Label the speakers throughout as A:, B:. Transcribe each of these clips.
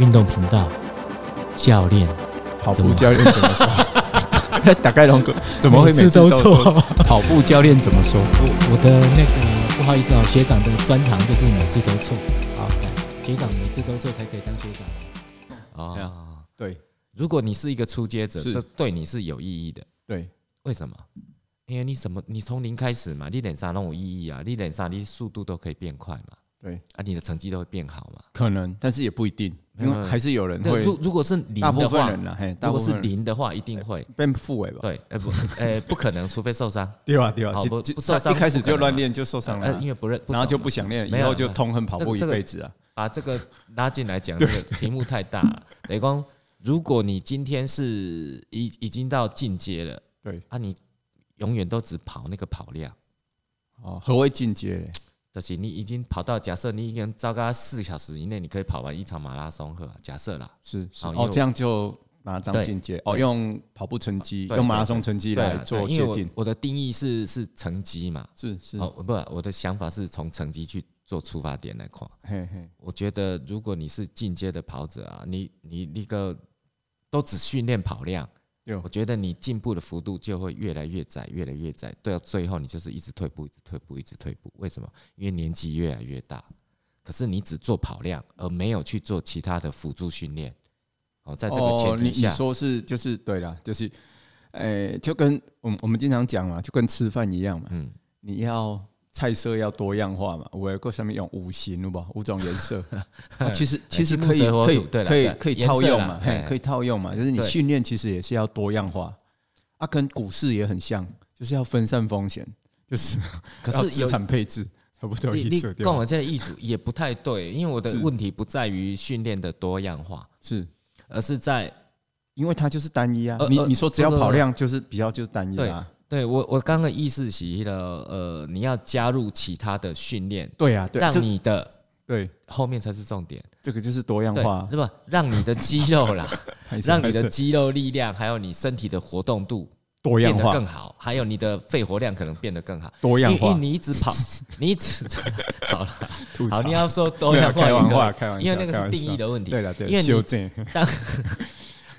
A: 运动频道教练，
B: 跑
A: 怎么
B: 步教练怎么 说？打开龙哥 怎么会每
A: 次
B: 次
A: 都
B: 错？
A: 错？
B: 跑步教练怎么说？
A: 我我的那个不好意思哦，学长的专长就是每次都错。好，来学长每次都错才可以当学长。
B: 对
C: 哦，
B: 对
C: 如果你是一个初阶者，
B: 是
C: 这对你是有意义的。
B: 对，
C: 为什么？因为你什么，你从零开始嘛，你脸上都有意义啊，你脸上你速度都可以变快嘛，
B: 对
C: 啊，你的成绩都会变好嘛。
B: 可能，但是也不一定，
C: 没
B: 因
C: 有
B: 为还是有人
C: 对，
B: 会，
C: 如如果是零
B: 大部
C: 的
B: 分
C: 话
B: 人，呢，嘿，大
C: 如
B: 部
C: 果是
B: 分人
C: 零的话，一定会
B: 变副尾吧？
C: 对，呃不，呃不可能，除非 受伤，
B: 对啊吧？对吧
C: 好
B: 就
C: 不
B: 就
C: 不受
B: 他一
C: 伤
B: 开始
C: 不可能嘛
B: 就乱练就受伤了
C: 呃
B: 啊
C: 因，为不认，
B: 然后就
C: 懂
B: 不想练，
C: 没
B: 以后
C: 有
B: 就
C: 没有
B: 痛恨跑
C: 这
B: 步一
C: 这个
B: 辈子啊。
C: 把这个拉进来讲，这个题目太大了。等于光，如果你今天是已已经到进阶了，
B: 对
C: 啊，你永远都只跑那个跑量，
B: 哦，何谓进阶嘞？
C: 就是你已经跑到，假设你已经糟糕四小时以内，你可以跑完一场马拉松，呵，假设啦，
B: 是是
C: 好因
B: 哦
C: 为，
B: 这样就把它当
C: 对
B: 进阶哦，
C: 对
B: 用跑步成绩，
C: 对
B: 用马拉松成绩
C: 对啊
B: 来做
C: 对因
B: 界
C: 为我
B: 定，
C: 我的定义是是成绩嘛，
B: 是是，
C: 哦，不，我的想法是从成绩去做出发点来看。
B: 嘿嘿，
C: 我觉得如果你是进阶的跑者啊，你你那个都只训练跑量
B: 对，
C: 我觉得你进步的幅度就会越来越窄，越来越窄，到最后你就是一直退步，一直退步，一直退步。为什么？因为年纪越来越大，可是你只做跑量，而没有去做其他的辅助训练。哦，在这个前
B: 哦、你
C: 提
B: 你
C: 下，
B: 说是就是对啦，就是，诶、就跟我们我们经常讲嘛，就跟吃饭一样嘛，
C: 嗯，
B: 你要菜色要多样化嘛，我有个上面用五行有吧，五种颜 色，啊其实其实
C: 哎金木
B: 可以
C: 水火
B: 可以
C: 土对啦
B: 可以
C: 对
B: 可以
C: 颜
B: 套
C: 色
B: 用
C: 啦
B: 嘛，嘿
C: 嘿
B: 可以套用嘛，就是你
C: 对
B: 训练其实也是要多样化，啊，跟股市也很像，就是要分散风险，就是
C: 可
B: 要
C: 是
B: 资
C: 有
B: 产配置差不多
C: 你
B: 意
C: 你
B: 思对
C: 跟
B: 吧
C: 我这个意思也不太对，因为我的
B: 啊是
C: 问题不在于训练的多样化，
B: 是。
C: 而是在
B: 因为它就是单一啊，
C: 呃
B: 你
C: 呃
B: 你说只要
C: 不不不
B: 跑量就是比较就是单一啦、啊，
C: 对我，我刚刚的意思是一个呃，你要加入其他的训练，
B: 对啊，对，
C: 让
B: 这
C: 你的
B: 对
C: 后面才是重点，
B: 这个就是多样
C: 对，
B: 化，
C: 那么让你的肌肉啦，
B: 还是
C: 让你
B: 还
C: 的
B: 是
C: 肌肉力量，还有你身体的活动度
B: 多
C: 变
B: 样
C: 得
B: 化
C: 更好，还有你的肺活量可能变得更好。
B: 多
C: 因
B: 样
C: 为因为
B: 化，
C: 你一直跑， 你一直好了，
B: 吐槽
C: 好，你要说多
B: 没有
C: 样化
B: 开玩
C: 运动，
B: 笑，开玩笑，
C: 因为那个
B: 开
C: 是
B: 玩
C: 定义
B: 笑。
C: 的问题。
B: 对了，对
C: 因
B: 了，
C: 为你
B: 修正，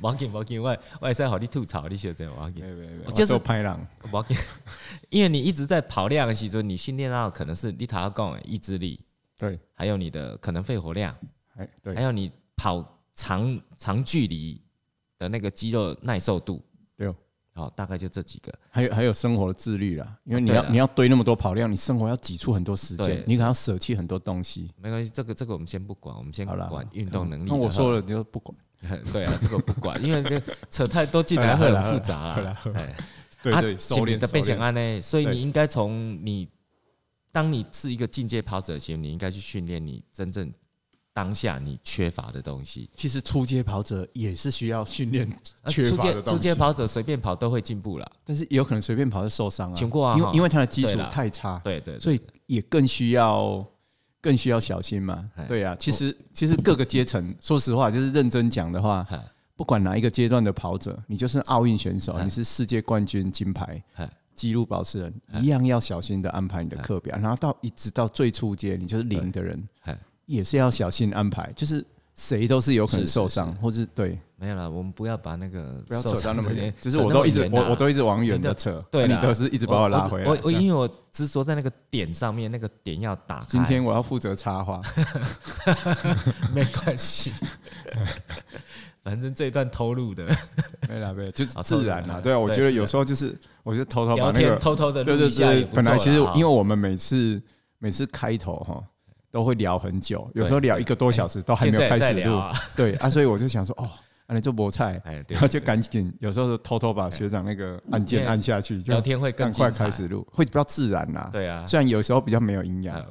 C: 毛巾毛巾，我我也是好你吐槽，你学这样毛巾
B: 没。有没 有没有
C: 我就是
B: 我做拍浪，
C: 我给， 因为你一直在跑量的时候，你训练到可能是你塔要讲的意志力，
B: 对，
C: 还有你的可能肺活量，
B: 哎，
C: 还
B: 对
C: 有你跑长长距离的那个肌肉耐受度，
B: 对哦，
C: 哦，大概就这几个。
B: 还有还有生活的自律啦，因为你
C: 对
B: 要
C: 啦
B: 你要堆那么多跑量，你生活要挤出很多时间
C: 对，
B: 你可能要舍弃很多东西。
C: 没关系，这个这个我们先不管，我们先
B: 好啦
C: 管运动能力。
B: 那我说，了你就不管，
C: 对啊，这个不管，因为这个扯太多进来
B: 好
C: 会
B: 啦
C: 很复杂
B: 好啦
C: 啦。
B: 好啦
C: 哎
B: 对对，收
C: 是不是
B: 敛
C: 的啊变
B: 收
C: 形
B: 敛。
C: 案呢，所以
B: 对
C: 你应该从你，当你是一个进阶跑者的时候，你应该去训练你真正当下你缺乏的东西。
B: 其实初阶跑者也是需要训练
C: 啊
B: 缺乏的
C: 初阶初
B: 东
C: 阶
B: 西，
C: 跑者随便跑都会进步啦。
B: 但是也有可能随便跑就受伤啊
C: 请，过啊，
B: 因为
C: 哈
B: 因为他的基
C: 对
B: 础
C: 啦
B: 太差，
C: 对对，
B: 所以也更需要更需要小心嘛
C: 哎。
B: 对啊，其实其实各个阶层，说实话，就是认真讲的话
C: 哎，
B: 不管哪一个阶段的跑者，你就是奥运选手，
C: 哎
B: 你是世界冠军、金牌
C: 哎、
B: 纪录保持人，一样要小心的安排你的课表，然后到一直到最初阶，你就是零的人
C: 哎，
B: 也是要小心安排，就是谁都是有可能
C: 是是
B: 受伤，
C: 是
B: 或是对，
C: 没有啦，我们不要把那个
B: 不要
C: 受
B: 扯到
C: 伤
B: 那么
C: 这
B: 远
C: 些，
B: 就是
C: 扯
B: 我
C: 那么
B: 都一直
C: 远啦
B: 我我都一直往远
C: 你
B: 的
C: 的
B: 扯，啊
C: 对
B: 你
C: 啦
B: 都是一直把我拉
C: 只
B: 回来。
C: 我
B: 这
C: 我
B: 样
C: 因为我执着在那个点上面，那个点要打开。
B: 今天我要负责插话，
C: 没关系，反正这一段偷录的
B: 没啦没啦，就是
C: 啊
B: 自然
C: 自
B: 啦。
C: 然
B: 对啊，我
C: 对
B: 觉得
C: 自
B: 有
C: 然
B: 时候就是，我就偷偷把
C: 聊
B: 那
C: 天
B: 个，
C: 偷偷的录
B: 对对
C: 一下
B: 对
C: 也，不
B: 本来
C: 错
B: 其实
C: 啦哈
B: 因为我们每次每次开头哈都会聊很久，有时候聊一个多小时都还没
C: 现
B: 有
C: 在
B: 开
C: 也在
B: 始
C: 聊
B: 录，
C: 啊，
B: 对啊，所以我就想说哦，啊你做菠菜，
C: 哎，对
B: 然后，就赶紧有时候就偷偷把学长那个按键
C: 因为
B: 按下去，就
C: 聊天会
B: 赶
C: 更
B: 快
C: 精
B: 开
C: 彩。
B: 始录，会比较自然啦。
C: 对啊，
B: 虽然有时候比较没有营养
C: 啊，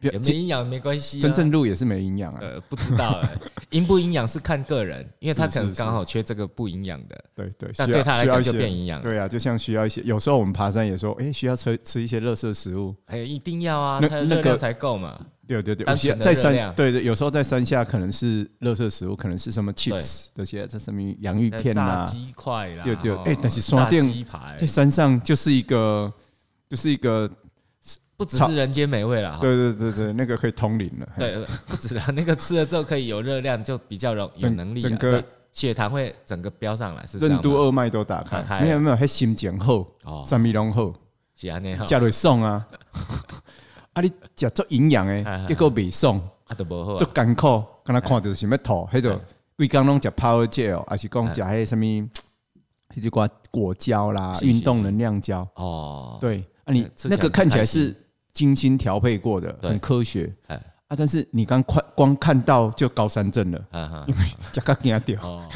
B: 比较
C: 有没有营养没关系啊，
B: 真正录也是没营养啊。
C: 呃不知 道哎，营不营养是看个人，因为他
B: 是是
C: 可能
B: 是
C: 刚好缺这个不营养的，
B: 对对，
C: 那
B: 需
C: 对
B: 要
C: 他来
B: 需要
C: 讲
B: 一
C: 就变
B: 些。
C: 营养了。
B: 对啊，就像需要一些，有时候我们爬山也说，哎，需要吃吃一些垃圾食物，
C: 哎，一定要啊，
B: 那
C: 才
B: 那
C: 热
B: 个
C: 量才够嘛。
B: 对对对，有
C: 单
B: 些
C: 纯的
B: 在
C: 热
B: 山
C: 量
B: 对对，有时候在山下可能是垃圾食物，可能是什么 chips 这些，这什么洋芋片
C: 炸
B: 啦，
C: 鸡块啦，
B: 对对
C: 哦
B: 哎但是山
C: 炸
B: 顶
C: 鸡排
B: 在山上就是一个就是一个
C: 不只
B: 炒
C: 是人间美味啦，哈
B: 对对对对，那个可以通灵了。嘿，
C: 对，呃不止啊，那个吃了之后可以有热量，就比较容有
B: 整
C: 能力啊，
B: 整个
C: 那血糖会整个飙上来，是这样
B: 任
C: 吗
B: 督二脉都打开
C: 打开，
B: 没有没有，还心情好，
C: 哦，
B: 三米龙好，
C: 是安尼哈，
B: 食落 爽啊！啊，你食足营养
C: 哎哎
B: 诶，结果未爽，
C: 啊都无好
B: 足
C: 啊，
B: 艰苦，敢若看着想要吐，迄
C: 哎
B: 种规工拢食泡尔胶，还是
C: 哎
B: 讲食迄什物，迄只寡果胶啦，
C: 是是
B: 运动能量胶，
C: 哦，
B: 对啊，你
C: 哎吃起来
B: 那个看起来
C: 很
B: 是精心调配过的，
C: 对
B: 很科学
C: 哎
B: 啊，但是你刚快光看到就高山症了，
C: 啊哈，
B: 食个惊掉，
C: 哦，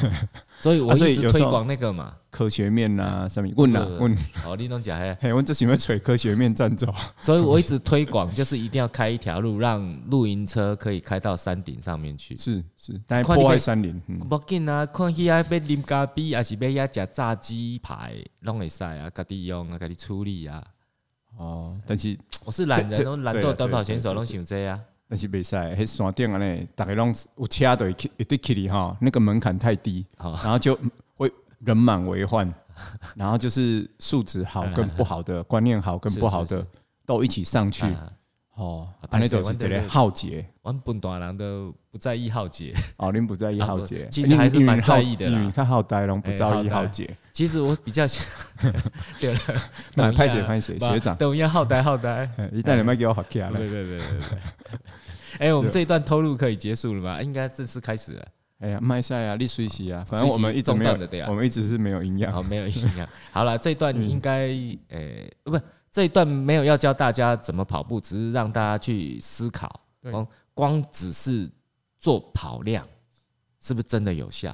C: 所以我
B: 啊所以
C: 一直
B: 有时
C: 推
B: 候
C: 广那个嘛，
B: 科学面呐，什物问啦
C: 是
B: 问，
C: 哦，你拢讲嘿，
B: 嘿，阮就想要找科学面赞 助，
C: 所以我一直推广，就是一定要开一条路，让露营车可以开到山顶上面去。
B: 是是，但
C: 快点
B: 破
C: 可以
B: 坏山林，嗯
C: 无紧啊，看起来要啉咖啡，还是要遐食炸鸡排，拢会使啊，家己用啊，家己处理啊。
B: 哦，但是
C: 我是懒
B: 这
C: 人，
B: 这
C: 都懒
B: 对啊
C: 惰短跑
B: 对
C: 选手，
B: 对
C: 拢想这啊。
B: 但是袂使，迄山顶安尼，逐个拢有车都会去，一直去哩吼，那个门槛太低，
C: 好
B: 然后就会人满为患，然后就是素质好跟不好的，观念好跟不好
C: 嗯是是
B: 的都一起上去，
C: 啊
B: 哦
C: 啊，
B: 安
C: 但
B: 尼就是是
C: 我
B: 这
C: 们
B: 个
C: 就
B: 浩劫，
C: 我们本大人都不在意浩劫。
B: 哦，您不在意
C: 啊
B: 浩
C: 我
B: 劫，
C: 其实还是
B: 因为
C: 蛮
B: 浩
C: 在意的啦
B: 因为看浩呆龙不
C: 哎
B: 在意
C: 浩
B: 浩
C: 呆
B: 劫，
C: 其实我比较想， 对了，
B: 那
C: 懂
B: 拍谁
C: 呀
B: 拍谁，
C: 吧
B: 学长，
C: 懂一下浩呆浩呆。
B: 哎一旦你们给我好起来
C: 对
B: 了，
C: 对对对对。 哎、我们这一段透露可以结束了吗？应该正式开始了。
B: 哎呀，卖晒啊，你随时啊，反正我们一直
C: 中
B: 没
C: 断的对
B: 有，
C: 啊哦
B: 我们一直是没有营养
C: 好，，没有营养。 好了，这一
B: 嗯
C: 段应该，呃、不，这一段没有要教大家怎么跑步，只是让大家去思考，
B: 对
C: 光光只是做跑量是不是真的有效？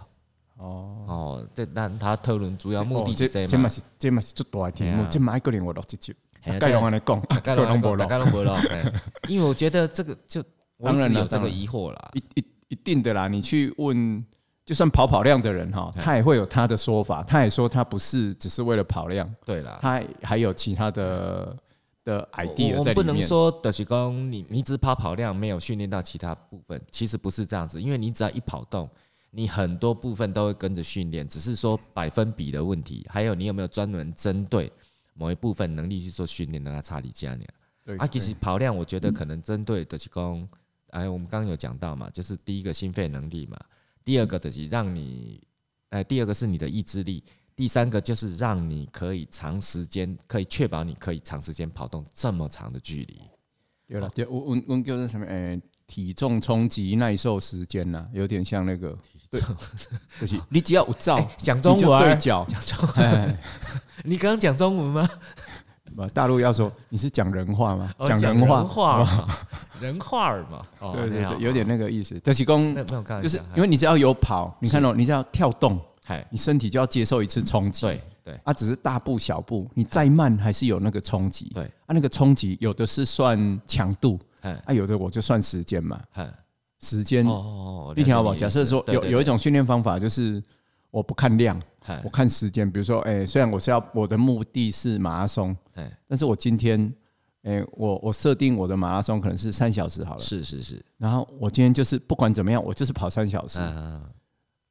B: 哦。
C: 哦，对，那他特伦主要啊目的是
B: 哦
C: 这
B: 这
C: 嘛
B: 嘛，是这嘛是足大的题
C: 嘿
B: 目
C: 啊，
B: 这嘛一个人我录一集，
C: 嘿啊
B: 该
C: 这
B: 拢安尼讲，啊
C: 大概
B: 个人无
C: 大
B: 录，
C: 概都不了。嘿因为我觉得这个就 我一
B: 当
C: 直
B: 然啦
C: 有这
B: 当
C: 个
B: 然
C: 疑惑啦。
B: 一一一定的啦。你去问，就算跑跑量的人哈，
C: 嗯
B: 他也会有他的说法，他也说他不是只是为了跑量，
C: 对啦，
B: 他还有其他的的
C: 我
B: idea
C: 我
B: 在
C: 们不
B: 里
C: 能
B: 面。
C: 说的是讲你你只跑跑量没有训练到其他部分，其实不是这样子，因为你只要一跑动，你很多部分都会跟着训练，只是说百分比的问题，还有你有没有专门针对某一部分能力去做训练，让它差离加你。
B: 对
C: 啊，其实
B: 对嗯
C: 跑量我觉得可能针对的是讲，哎，我们刚刚有讲到嘛，就是第一个心肺能力嘛，第二个的是让你，哎，第二个是你的意志力，第三个就是让你可以长时间，可以确保你可以长时间跑动这么长的距离。
B: 对了，对，我我我叫做什么？诶，体重冲击耐受时间呐，有点像那个，对，就是你只要有照
C: 哎，讲中
B: 哦你就
C: 文
B: 对
C: 儿，
B: 角。
C: 讲中文，
B: 哎，
C: 你刚刚讲中文吗？
B: 不大陆要说你是讲人话吗？
C: 哦
B: 讲
C: 人
B: 人话，
C: 话 嘛，人话儿嘛，哦
B: 对
C: 那
B: 对
C: 样
B: 对，有点那个意思。就是讲
C: 没有没有刚才
B: 就是
C: 讲
B: 因为你只要有跑，你看哦，你只要跳动，
C: 嗨，
B: 你身体就要接受一次冲击。
C: 对对
B: 啊，只是大步小步，你再慢还是有那个冲击。
C: 对
B: 啊，那个冲击有的是算强度，
C: 嗨
B: 啊，有的我就算时间嘛。
C: 嗨，
B: 时间
C: 哦哦，
B: 嗯一条
C: 条
B: 好不好？假设说有有一种训练方法就是我不看量，
C: 嗨
B: 我看时间。比如说，哎，虽然我是要我的目的是马拉松
C: 哎，
B: 但是我今天，哎，我我设定我的马拉松可能是三小时好了，
C: 是是是，
B: 然后我今天就是不管怎么样，我就是跑三小时。
C: 嗯，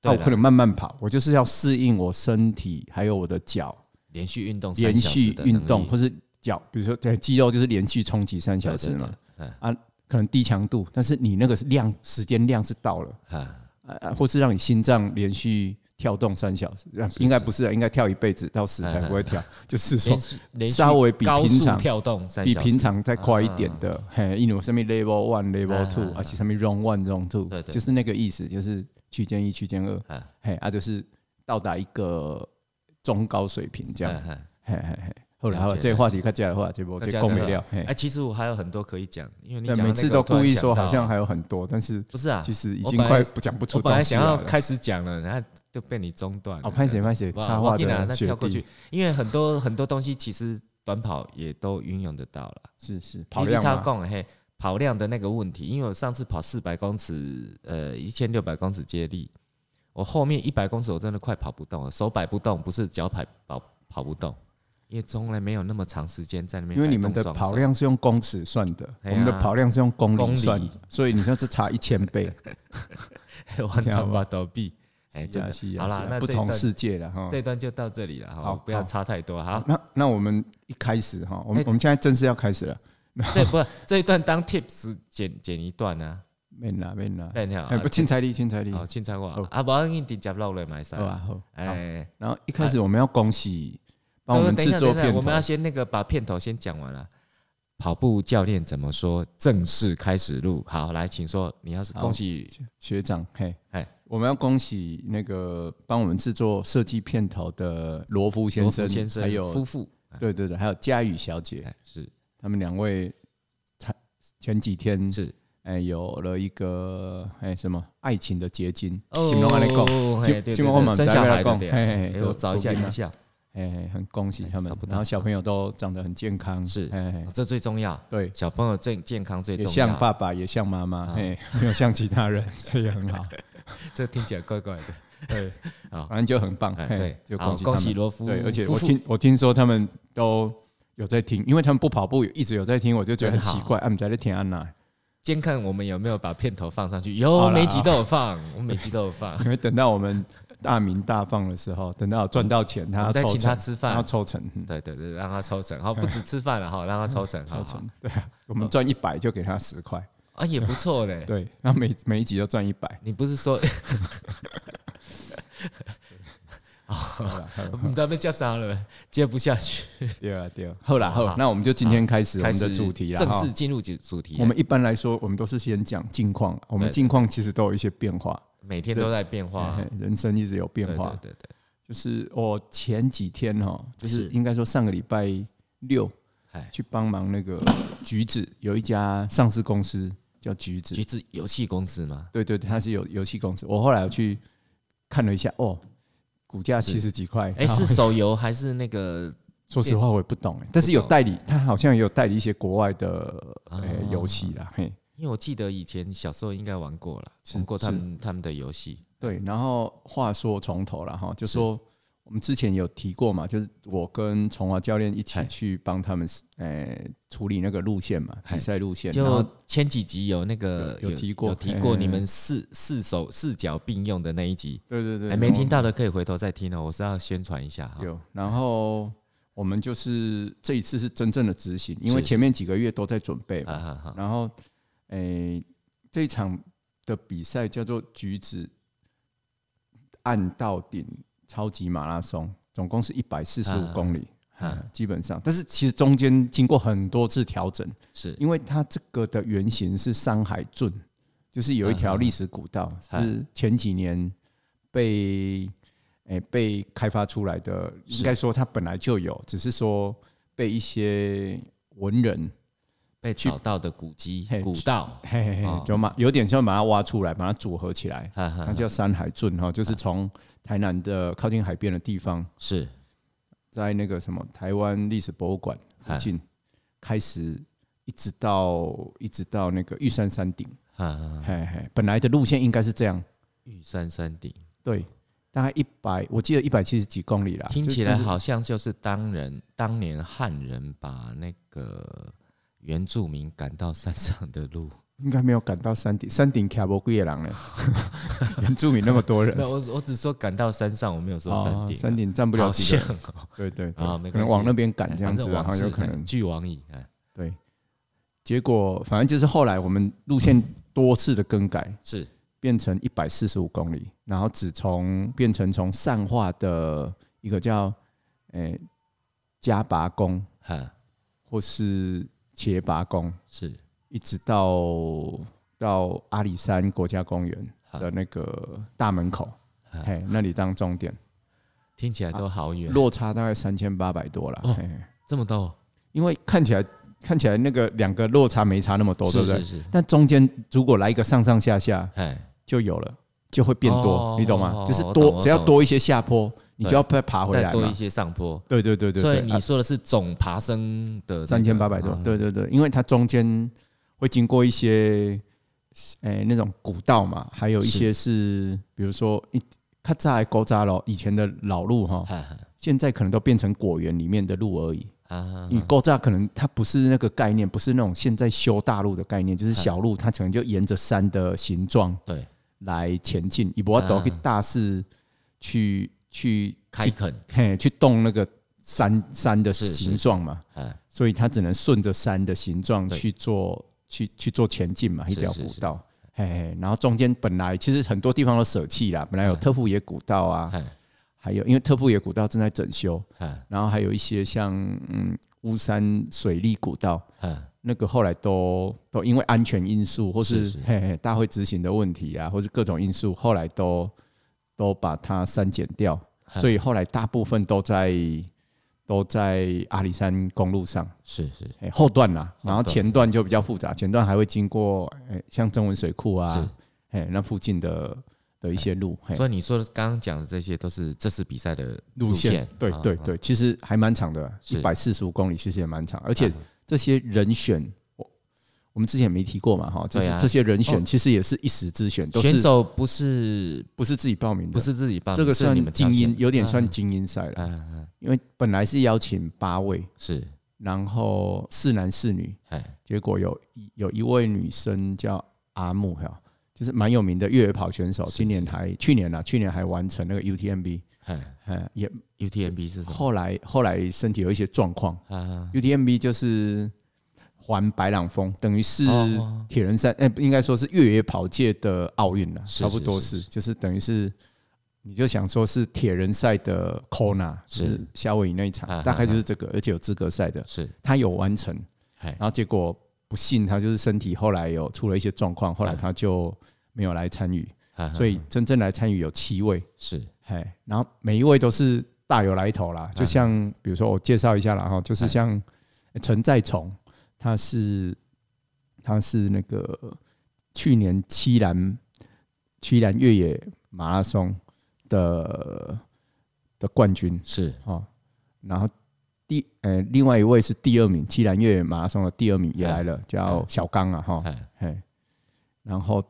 B: 那
C: 对
B: 我
C: 啦
B: 可能慢慢跑，我就是要适应我身体还有我的脚
C: 连续运动三
B: 连
C: 小时
B: 续
C: 的嗯
B: 运
C: 能
B: 动，
C: 力
B: 或是脚，比如说对肌肉就是连续冲击三小时嘛，，
C: 对对对
B: 可能低强度，但是你那个是量时间量是到了，
C: 嗯啊，
B: 啊啊或是让你心脏连续跳动三小时，啊应该不是啊，应该跳一辈子到死才不会 跳，就是说
C: 连续连续
B: 稍微比
C: 高
B: 平
C: 速
B: 常
C: 跳动三
B: 比
C: 小
B: 平
C: 时
B: 常再快一点的，嘿，因为我上面 level one、level
C: 啊
B: two，
C: 啊
B: 而且上面 round one、round two，
C: 对对
B: 就是那个意思，就是区间一、区间二
C: 啊，
B: 嘿，啊，就是到达一个中高水平这样，哎
C: 嗯嗯
B: 嘿嘿嘿。后来
C: 了解
B: 好了这个话题看起来的话，这波
C: 大家
B: 这共
C: 的
B: 没了，嘿
C: 哎，，其实我还有很多可以讲，因为你
B: 对，
C: 讲到那
B: 每次
C: 个
B: 都
C: 我突然
B: 故意
C: 想
B: 说好
C: 到
B: 像还有很多，但是
C: 不是啊，
B: 其实已
C: 我
B: 经
C: 本来
B: 快不讲不出
C: 我本来
B: 东西
C: 想要
B: 来了。
C: 开始讲了，然后就被你中断了。
B: 哦，拍谁拍谁，
C: 不好
B: 插
C: 我
B: 画
C: 跟你讲
B: 的
C: 那
B: 学
C: 跳过
B: 弟
C: 去，因为很多很多东西其实短跑也都运用得到了。
B: 是是
C: 跑
B: 跑
C: 量
B: 量啊
C: 他
B: 嘛，
C: 讲嘿，跑量的那个问题，因为我上次跑四百公尺，呃，一千六百公尺接力，我后面一百公尺我真的快跑不动了，手摆不动，不是脚摆跑跑不动，因为从来没有那么长时间在那边
B: 因为你
C: 摆动
B: 们的
C: 双手
B: 跑 量是用公尺算的，
C: 哎
B: 我
C: 呀
B: 们的跑量是用公
C: 公里
B: 里算的，所以你说这差一千倍，
C: 完全把倒闭， 哎，
B: 是
C: 真
B: 啊
C: 的
B: 是啊
C: 好
B: 是
C: 啦
B: 啊，
C: 那
B: 不
C: 这一
B: 同
C: 段
B: 世界了哈
C: 这。一段就到这里了哈，
B: 好
C: 不要
B: 好
C: 差太多，好，
B: 那那我们一开始哈，我
C: 哎
B: 们我们现在正式要开始了。
C: 这不这一段当 tips 剪剪一段啊，
B: 免啦免啦，
C: 那你好
B: 哎，，不，凊彩你凊彩你，
C: 好，凊彩我
B: 好
C: 啊，无要紧，直接落来买晒
B: 好。啊好。好
C: 哎，
B: 然后一开始我们要恭喜帮
C: 等
B: 我
C: 一下
B: 们
C: 等一
B: 制
C: 下
B: 作
C: 等一
B: 片
C: 下
B: 头
C: 我，们要先那个把片头先讲完了。跑步教练怎么说？正式开始录。好，来，请说。你要是
B: 好
C: 恭喜
B: 学长，嘿，
C: 哎
B: 哎，我们要恭喜那个帮我们制作设计片头的罗夫
C: 罗
B: 先
C: 福
B: 生，
C: 先生
B: 还
C: 夫
B: 有
C: 妇，
B: 对对对，还有佳宇小姐，
C: 哎，是
B: 他们两位才前几天
C: 是，
B: 哎有了一个哎什么爱情的结晶，
C: 哦
B: 请容我来讲，
C: 嘿
B: 今
C: 对对
B: 今晚我
C: 对
B: 们
C: 生
B: 再
C: 小
B: 来
C: 孩的
B: 讲
C: 对
B: 嘿嘿
C: 哎
B: 都
C: 我找一下
B: 都变
C: 音
B: 了
C: 效，
B: 哎很恭喜他们
C: 差不，多
B: 然后小朋友都长得很健康，
C: 是
B: 哎
C: 哦这最重要。
B: 对，
C: 小朋友最健康最
B: 也
C: 重
B: 像
C: 要。
B: 爸爸，也像妈妈，
C: 啊
B: 嘿，没有像其他人，所以很好，
C: 这听起来怪 怪的。
B: 对，
C: 好
B: 反正就很棒，
C: 哦哎，
B: 嘿
C: 对，
B: 就
C: 好
B: 恭喜
C: 恭
B: 他
C: 喜
B: 们。
C: 罗夫。
B: 对，而且
C: 夫
B: 我
C: 妇
B: 听我听说他们都有在听，因为他们不跑步，一直有在听，我就觉得很
C: 真好
B: 奇怪，啊，你在这听安娜，
C: 监看我们有没有把片头放上去，
B: 好
C: 有
B: 啦
C: 每集都有放，我们每集都有放。
B: 因为等到我们大名大放的时候，等到赚到钱， 他
C: 我
B: 要
C: 们再
B: 抽
C: 请他
B: 成，
C: 吃
B: 他要
C: 饭，
B: 抽成，嗯
C: 对对对，让他抽成，好，不止吃饭了哈，让他抽成，好
B: 抽
C: 好哦
B: 成，对啊，我们赚一百就给他十块，
C: 啊，也不错嘞。
B: 对，然后每每一集都赚一百，
C: 你不是 说哦我们这边接上了，接不下去，
B: 对啊对啊，后啦后
C: 好，
B: 那我们就今天开始我
C: 开
B: 们的
C: 始
B: 主题了，
C: 正
B: 哈
C: 式进入主主题了。
B: 我们一般来说，我们都是先讲近况，我们近况其实都有一些变化，
C: 每天都在变化
B: 嘿，嘿人生一直有变化。
C: 对对对
B: 就是我前几天哈、哦，就
C: 是
B: 是应该说上个礼拜六
C: 哎
B: 去帮忙那个橘子，有一家上市公司叫橘子
C: 对，，橘子游戏公司 吗？
B: 对对，对它是有游戏公司。我后来有去看了一下，哦，股价七十几块，
C: 哎，
B: 然后
C: 是手游还是那个
B: 说实话我也不懂哎，但是有代理，它好像也有代理一些国外的
C: 哦
B: 呃游戏啦，嘿，
C: 因为我记得以前小时候应该玩过了，
B: 是
C: 玩过他们他们的游戏，
B: 对，然后话说从头了哈，就说我们之前有提过嘛，就是我跟崇华教练一起
C: 嗨
B: 去帮他们呃处理那个路线嘛，
C: 嗨
B: 比赛路线，然后
C: 就前几集有那个
B: 有有提过
C: 有提过
B: 嘿
C: 你们四四手四脚并用的那一集，
B: 对对对，
C: 哎还没听到的可以回头再听哦。我是要宣传一下哈
B: 然后，有，然后我们就是这一次是真正的执行，因为
C: 是
B: 前面几个月都在准备嘛，
C: 啊哈哈，
B: 然后诶、这一场的比赛叫做橘子按到顶超级马拉松，总共是一百四十五
C: 啊
B: 公里。
C: 啊
B: 啊，基本上，但是其实中间经过很多次调整，
C: 是
B: 因为它这个的原型是山海圳，就是有一条历史古道，
C: 啊
B: 是前几年被诶、被开发出来的，
C: 是
B: 应该说它本来就有，只是说被一些文人
C: 被找到的古迹
B: 嘿
C: 古道，
B: 嘿嘿
C: 哦嗯
B: 嘿，就把有点像把它挖出来，把它组合起来，
C: 哈哈
B: 它，叫山海圳哈，就是从台南的靠近海边的地方，
C: 是
B: 在那个什么台湾历史博物馆附
C: 嗯
B: 近开始，一直到一直到那个玉山山顶，
C: 哈哈，
B: 嘿嘿，本来的路线应该是这样，
C: 玉山山顶，
B: 对，大概一百，我记得一百七十几公里啦，
C: 听
B: 就
C: 起来
B: 啊就是
C: 好像就是当人当年汉人把那个原住民赶到山上的路。
B: 应该没有赶到山顶，山顶卡博贵野狼嘞， 原住民那么多人
C: 没，有，我我只说赶到山上，我没有说山顶啊、
B: 哦山顶站不了
C: 好
B: 几个
C: 像
B: 人，
C: 哦，
B: 对对对
C: 啊没，
B: 可
C: 关
B: 能
C: 系
B: 往那边赶
C: 哎
B: 这样子，
C: 反正
B: 然
C: 往
B: 后
C: 事
B: 有可能
C: 俱往矣，哎，
B: 对，结果反正就是后来我们路线多次的更改，
C: 是
B: 变成一百四十五公里，然后只从变成从善化的一个叫诶加拔宫
C: 哈
B: 或是茄拔宫，
C: 是
B: 一直到到阿里山国家公园
C: 哈
B: 的那个大门口，
C: 哈
B: 嘿，那里当终点，
C: 听起来都好远，
B: 啊落差大概三千八百多啦。
C: 哦
B: 嘿
C: 这么多，
B: 因为看起来看起来那个两个落差没差那么多，
C: 是
B: 对不对
C: 是？是，
B: 但中间如果来一个上上下下
C: 哎，
B: 就有了，就会变多，
C: 哦
B: 你懂吗？
C: 哦
B: 就是
C: 我懂我
B: 多
C: 懂
B: 只要多一些下坡，你
C: 对
B: 就要再爬回
C: 再
B: 来
C: 多
B: 嘛
C: 一。些上坡，
B: 对对对对
C: 所以
B: 对，啊
C: 你说的是总爬升的那个
B: 三千八百多，
C: 啊
B: 对对对，因为它中间会经过一些，诶、那种古道嘛，还有一些是，比如说一咔嚓勾扎咯，以前的老路哈，
C: 哈哈
B: 现在可能都变成果园里面的路而已。
C: 啊
B: 你勾扎可能它不是那个概念，不是那种现在修大路的概念，就是小路，它可能就沿着山的形状
C: 嗯对嗯
B: 来前进，你不要都去
C: 啊
B: 大肆去去
C: 开垦
B: 嘿去动那个山山的
C: 是是
B: 形状嘛，
C: 嗯，
B: 所以它只能顺着山的形状
C: 对
B: 去做去去做前进嘛，
C: 是
B: 一条
C: 是
B: 古
C: 是
B: 道。嘿嘿，然后中间本来其实很多地方都舍弃啦，本来有
C: 嗯
B: 特富野古道啊，
C: 嗯
B: 还有因为特富野古道正在整修，
C: 嗯
B: 然后还有一些像嗯乌山水利古道，
C: 嗯，
B: 那个后来都都因为安全因素或是
C: 是是
B: 嘿嘿大会执行的问题啊，或是各种因素，后来都都把它删减掉，
C: 嗯
B: 所以后来大部分都在都在阿里山公路上。
C: 是是
B: 哎、后段啦，
C: 后
B: 然后
C: 段
B: 前段就比较复杂，前段还会经过哎、像曾文水库
C: 是
B: 啊，，哎、那附近的的一些路，嘿
C: 所以你说的刚刚讲的这些都是这次比赛的
B: 对
C: 啊
B: 对
C: 啊
B: 对，其实还蛮长的，一
C: 是
B: 百四十五公里，其实也蛮长，而且
C: 啊
B: 这些人选，我我们之前没提过嘛，哈，就是
C: 对啊
B: 这些人选
C: 哦
B: 其实也是一时之选，都
C: 选
B: 是
C: 手不是
B: 不是自己报名的，
C: 不是自己报名，
B: 这个
C: 是
B: 算
C: 你们挑
B: 精英
C: 选，的
B: 有点算精英赛了，
C: 嗯嗯嗯
B: 因为本来是邀请八位，
C: 是
B: 然后四男四女，
C: 哎
B: 结果有一有一位女生叫阿木哈，就是蛮有名的越野跑选手，
C: 是
B: 今年
C: 是
B: 还去年啊，去年还完成那个 UTMB，
C: 哎
B: 呃，也
C: ，UTMB 是什么？
B: 后来后来身体有一些状况
C: 啊，
B: ，UTMB 就是环白朗峰，等于是
C: 哦
B: 铁人三，哎、不应该说是越野跑界的奥运了，啊
C: 是
B: 差不多
C: 是
B: 是，
C: 是
B: 就是等于是。你就想说是铁人赛的 Kona，就是是夏威夷那一场
C: 啊，
B: 大概就是这个，而且有资格赛的，
C: 是
B: 他有完成，
C: 哎
B: 然后结果不幸他就是身体后来有出了一些状况，后来他就没有来参与，
C: 啊
B: 所以真正来参与有七位，
C: 是
B: 嘿，然后每一位都是大有来头啦，就像比如说我介绍一下啦哈，就是像陈在崇，他是他是那个去年七兰七兰越野马拉松的的冠军，
C: 是
B: 哦，然后第呃另外一位是第二名，七兰越野马拉松的第二名也来了，叫小刚啊哈，
C: 哎
B: 嘿，然后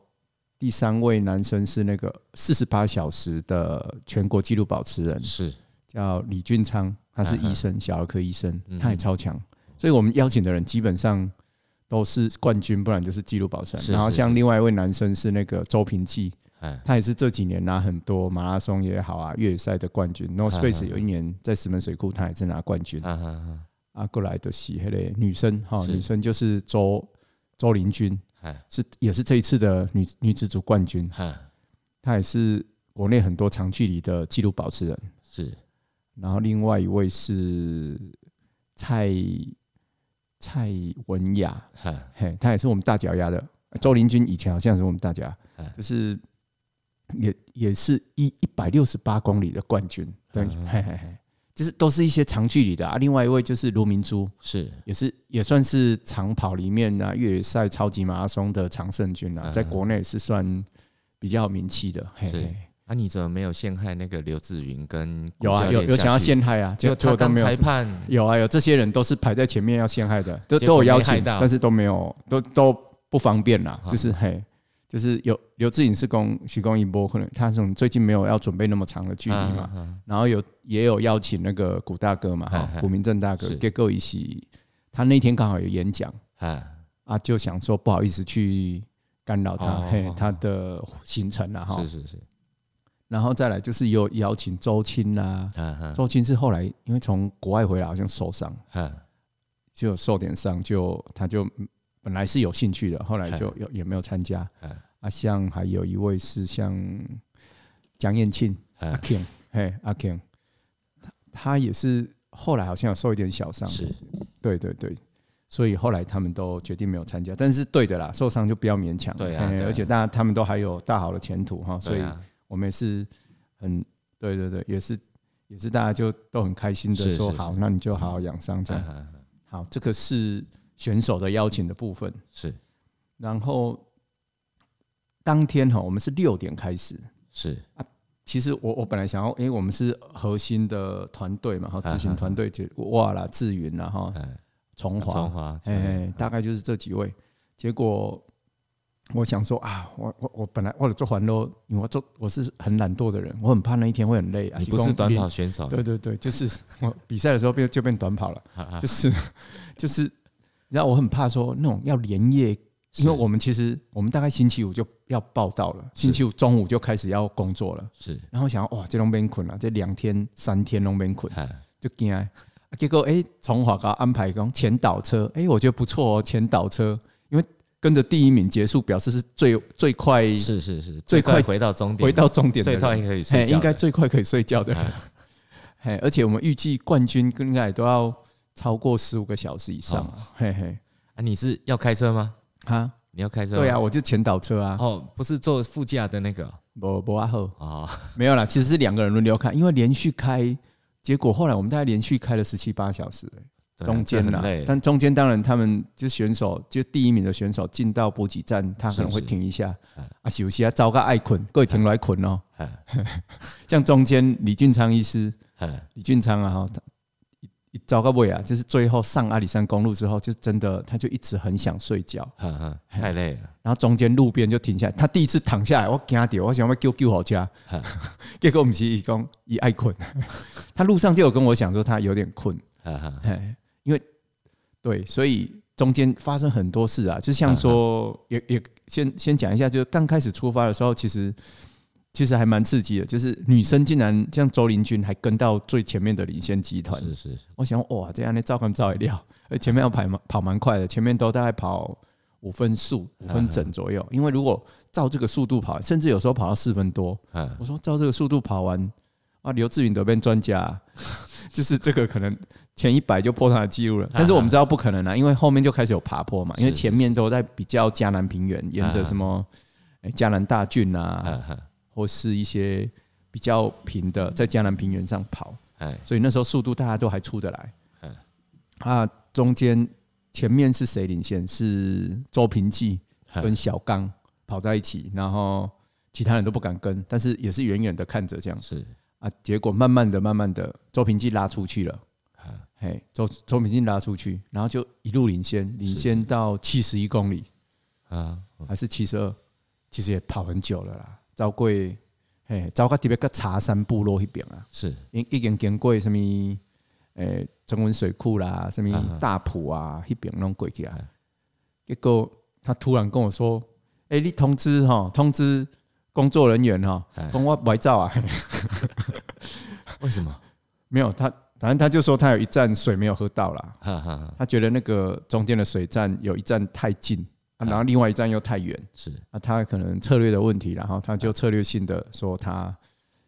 B: 第三位男生是那个四十八小时的全国纪录保持人，
C: 是
B: 叫李俊昌，他是
C: 嗯嗯
B: 医生，小儿科医生
C: 嗯，
B: 他也超强，所以我们邀请的人基本上。都是冠军，不然就是纪录保持人。
C: 是
B: 然后
C: 是
B: 像
C: 是
B: 另外一位男生是那个周平记，
C: 哎
B: 他也是这几年拿很多马拉松也好啊，越野赛的冠军。No Space
C: 嗯嗯
B: 有一年在石门水库，他也是拿冠军
C: 啊。啊啊
B: 啊，过来的是那个女生哈，
C: 是
B: 女生就是周周林君，
C: 哎
B: 是也是这一次的女女子组冠军。
C: 哎
B: 她也是国内很多长距离的纪录保持人。
C: 是
B: 然后另外一位是蔡蔡文雅，
C: 哎
B: 嘿，他也是我们大脚丫的。周林君以前好像是我们大脚
C: 嗯
B: 丫，就是也也是一一百六十八公里的冠军，对，
C: 嗯
B: 嘿嘿嘿，就是都是一些长距离的啊。另外一位就是卢明珠，
C: 是
B: 也是也算是长跑里面啊越野赛超级马拉松的常胜军啊，
C: 嗯
B: 在国内是算比较有名气的。嘿
C: 是
B: 嘿，
C: 啊，你怎么没有陷害那个刘志云跟
B: 有啊，有有想要，陷害啊，
C: 结
B: 结
C: 果
B: 果结
C: 他
B: 果都
C: 当
B: 没有
C: 裁。判
B: 有啊，有这些人都是排在前面要陷害的，都
C: 结
B: 都
C: 果
B: 有邀
C: 没害
B: 请，
C: 到
B: 但是都没有，都都不方便啦。
C: 啊
B: 就是嘿，就是有刘志颖是公是公一波，可能他这种最近没有要准备那么长的距离嘛，
C: 啊啊啊
B: 然后有也有邀请那个古大哥嘛，哈
C: 哎，哎
B: 古明正大哥
C: 是
B: 结果一起，他那天刚好有演讲
C: 哎
B: 啊，就想说不好意思去干扰他，
C: 哦
B: 嘿，他的行程啦
C: 啊
B: 哈
C: 是，是是
B: 然后再来就是有邀请周青啦、
C: 啊啊
B: 周青是后来因为从国外回来好像受伤。
C: 啊
B: 就受点伤，就他就本来是有兴趣的，后来就有也没有参加
C: 嗯。
B: 啊，像还有一位是像蒋燕庆阿
C: 啊
B: King，嘿阿 King，他他也是后来好像有受一点小伤，
C: 是
B: 对对对，所以后来他们都决定没有参加，但是对的啦，受伤就不要勉强，
C: 对啊
B: 嘿
C: 对啊
B: 而且大家他们都还有大好的前途哈，所
C: 对
B: 以
C: 啊
B: 我们也是很对对对，也是也是大家就都很开心的
C: 是
B: 说
C: 是
B: 好，
C: 是
B: 那你就好好养伤这样。
C: 啊啊
B: 好，这个是选手的邀请的部分。
C: 是
B: 然后当天哈，我们是六点开始。
C: 是
B: 其实我我本来想要，因为我们是核心的团队
C: 嗯
B: 嘛，哈，执行团队就哇啦、志云啦，哈，
C: 哎
B: 崇
C: 中
B: 华，
C: 华
B: 哎哎，大概就是这几位。结果我想说啊，我我我本来我做环都，因为我做我是很懒惰的人，我很怕那一天会很累。啊
C: 你不是短跑？选手
B: 对对对，就是我比赛的时候变就变短跑了。
C: 啊
B: 就是就是，你知道我很怕说那种要连夜，因为我们其实我们大概星期五就要报道了，
C: 是
B: 星期五中午就开始要工作了。
C: 是
B: 然后想要哇，这龙边捆了，这两天三天龙边捆，
C: 哎
B: 就惊的。啊结果诶，从华高安排讲前导车，诶，我觉得不错哦，前导车，因为跟着第一名结束，表示是最最快
C: 是是是，
B: 最快
C: 回到终点，
B: 回到终点的
C: 最
B: 人，
C: 快可以
B: 嘿
C: 睡觉的，
B: 应该最快可以睡觉的人
C: 哎。
B: 嘿，而且我们预计冠军应该也都要超过十五个小时以
C: 哦
B: 上啊。嘿嘿，
C: 啊，你是要开车吗？
B: 哈，
C: 你要开车？
B: 对啊，，我就前导车啊，
C: 哦，不是坐副驾的那个
B: 不不啊后
C: 哦，
B: 没有啦，其实是两个人轮流开，因为连续开，结果后来我们大概连续开了十七八小时、欸
C: 对啊
B: 中间
C: 这
B: 啦
C: 很累，
B: 但中间当然他们就选手就第一名的选手进到补给站，他可能会
C: 是是
B: 停一下
C: 嗯
B: 啊休息啊，找个爱困，各位停来困哦
C: 嗯。
B: 像中间李俊昌医师，
C: 嗯
B: 李俊昌啊，哈，他一一找个尾啊，就是最后上阿里山公路之后，就真的他就一直很想睡觉，
C: 嗯嗯，太累了，
B: 然后中间路边就停下来，他第一次躺下来，我惊掉，我想要救救好家
C: 哈，
B: 结果我们是伊讲伊爱困， 他路上就有跟我讲说他有点困，
C: 嗯嗯
B: 嘿因为对，所以中间发生很多事啊，就像说也也先先讲一下，就是刚开始出发的时候，其实其实还蛮刺激的，就是女生竟然像周林君还跟到最前面的领先集团，
C: 是是是，
B: 我想哇，这样的照看照也料，而前面要跑蛮跑蛮快的，前面都大概跑五分速、五分整左右。因为如果照这个速度跑，甚至有时候跑到四分多，
C: 嗯
B: 我说照这个速度跑完啊，刘志云得变专家啊、 就是这个可能前一百就破他的记录了。但是我们知道不可能啊，因为后面就开始有爬坡嘛，因为
C: 啊是是啊
B: 前面都在比较迦南平原，沿着什么哎迦南大郡啊，
C: 嗯嗯，
B: 或是一些比较平的，在迦南平原上跑。
C: 哎
B: 所以那时候速度大家都还出得来
C: 嗯。
B: 啊，中间前面是谁领先？是周平记
C: 嗯
B: 跟小刚跑在一起，然后其他人都不敢跟，但是也是远远的看着这样
C: 是，
B: 啊。结果慢慢的、慢慢的，周平记拉出去了。
C: 嗯
B: 嘿，周周平记拉出去，然后就一路领先，领先到七十一公里
C: 嗯嗯
B: 还是七十二，其实也跑很久了啦。走过嘿，走到特别个茶山部落那边啊，
C: 是
B: 因已经经过什么诶，中文水库啦，什
C: 啊
B: 么
C: 哈
B: 大埔啊，那边拢过去啊
C: 啊。
B: 结果他突然跟我说：“诶，你通知哈、通知工作人员哈、
C: 哎
B: 跟我拍照啊。
C: 为什么？”
B: 没有，他反正他就说他有一站水没有喝到啦，
C: 哈哈，哈
B: 他觉得那个中间的水站有一站太近，啊、
C: 啊
B: 然后另外一站又太远，
C: 是
B: 啊，他可能策略的问题，然后他
C: 啊
B: 就策略性的说他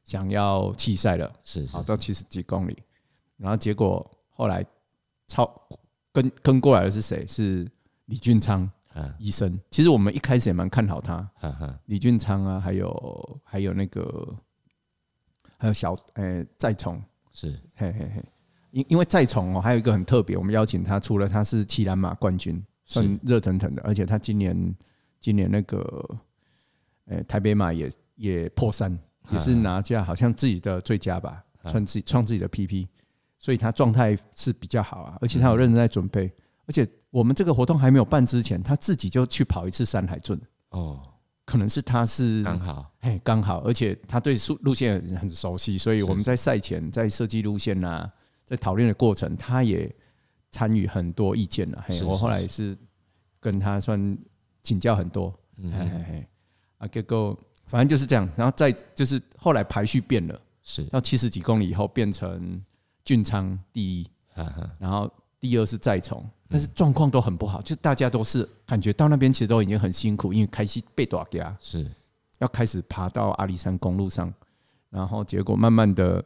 B: 想要弃赛了。
C: 是是
B: 跑，到七十几公里，然后结果后来超跟跟过来的是谁？是李俊昌
C: 嗯
B: 医生。其实我们一开始也蛮看好他，
C: 嗯嗯
B: 李俊昌啊，还有还有那个还有小呃再宠，
C: 是
B: 嘿嘿嘿，因因为再宠哦，还有一个很特别，我们邀请他，除了他是骑兰马冠军，算
C: 是
B: 热腾腾的，而且他今年今年那个呃台北马也也破三，也是拿下好像自己的最佳吧，
C: 嗯
B: 创自己创自己的 PP，所以他状态是比较好啊，而且他有认真在准备，而且我们这个活动还没有办之前，他自己就去跑一次山海圳，
C: 哦，
B: 可能是他是
C: 刚好
B: 哎，刚好，而且他对路路线很熟悉，所以
C: 是
B: 我们在赛前在设计路线呐、啊在讨论的过程，他也参与很多意见了、嘿，
C: 是
B: 我
C: 是
B: 后来是跟他算请教很多，
C: 嗯
B: 嘿
C: 嗯
B: 嘿嘿，啊，结果反正就是这样，然后再就是后来排序变了，
C: 是
B: 到七十几公里以后变成俊昌第一，
C: 嗯嗯
B: 然后第二是再从，但是状况都很不好，就大家都是感觉到那边其实都已经很辛苦，因为开始被打压。
C: 是
B: 要开始爬到阿里山公路上，然后结果慢慢的，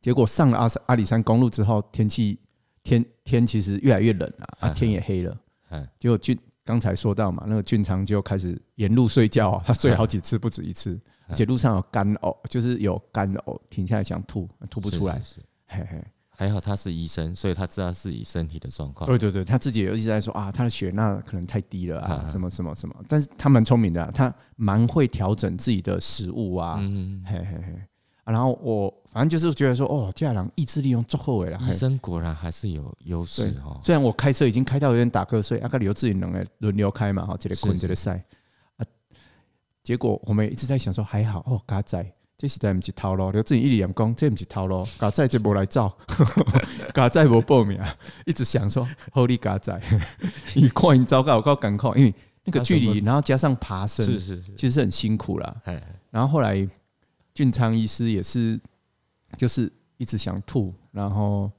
B: 结果上了阿山阿里山公路之后，天气天天其实越来越冷啊，啊
C: 嗯
B: 天也黑了，
C: 嗯
B: 结果俊刚才说到嘛，那个俊昌就开始沿路睡觉、 啊，他睡好几次不止一次，
C: 啊
B: 而且路上有干呕，就是有干呕，停下来想吐，吐不
C: 是
B: 出
C: 是
B: 来，
C: 是
B: 嘿嘿，
C: 还好他是医生，所以他知道自己身体的状况。
B: 对对对，他自己也一直在说啊，他的血钠可能太低了啊，
C: 嗯
B: 什么什么什么，但是他蛮聪明的、啊，他蛮会调整自己的食物啊，
C: 嗯，
B: 嘿嘿嘿。啊然后我反正就是觉得说，哦，这人意志力用足后尾了。嘿
C: 医生果然还是有优势
B: 哎对
C: 哦。
B: 虽然我开车已经开到有点打瞌睡，啊，跟刘志云两个轮流开嘛，哈，这个滚
C: 是
B: 这个赛啊。结果我们也一直在想说，还好哦，嘎仔，这实在不是套路。刘志云一脸讲，这不是套路，嘎仔就无来照， 嘎仔无报名，啊一直想说，Holy 嘎仔， 你看你糟糕，有够感慨，因为那个距
C: 他
B: 离，
C: 怎
B: 然后加上爬升，
C: 是是是，
B: 其实是很辛苦啦。
C: 哎，
B: 然后后来俊昌医师也是，就是一一直想吐，然后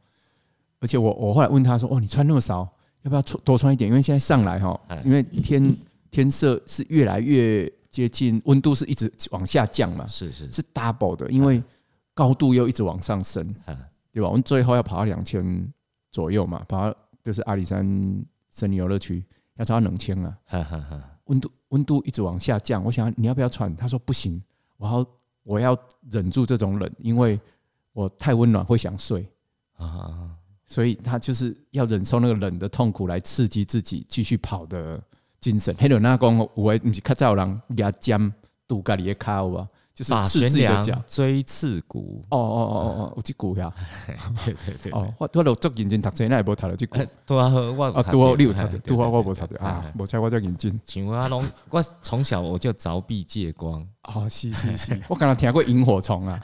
B: 而且我我后来问他说：“哦，你穿那么少，要不要穿多穿一点？因为现在上来哈
C: 哎，
B: 因为天天色是越来越接近，温度是一直往下降嘛，
C: 是是
B: 是 double 的，因为高度又一直往上升，
C: 啊，
B: 对吧？我们最后要跑到两千左右嘛，跑到就是阿里山森林游乐区要超到冷千啊了。”
C: 哈哈哈，
B: 温度温度一直往下降，我想你要不要穿？他说不行，我要我要忍住这种冷，因为我太温暖会想睡，
C: 啊啊
B: 所以他就是要忍受那个冷的痛苦来刺激自己继续跑的精神。黑人那讲，有的不是较早有人牙尖堵家里的卡有啊，就是
C: 把
B: 刺
C: 悬
B: 自己的脚
C: 梁。追刺股，
B: 哦哦哦哦哦，有这股呀！
C: 对对对，
B: 哦，我我都足认真读册，那也无读到这 股
C: 哎，对啊，我
B: 啊，拄好你有读
C: 哎
B: 到，
C: 对
B: 拄好我
C: 对
B: 无
C: 对
B: 读
C: 对
B: 到啊
C: 哎，
B: 无猜我遮认真。
C: 请问阿龙， 我从小我就凿壁借光，
B: 哦，是 是是，我刚刚听过萤火虫啊，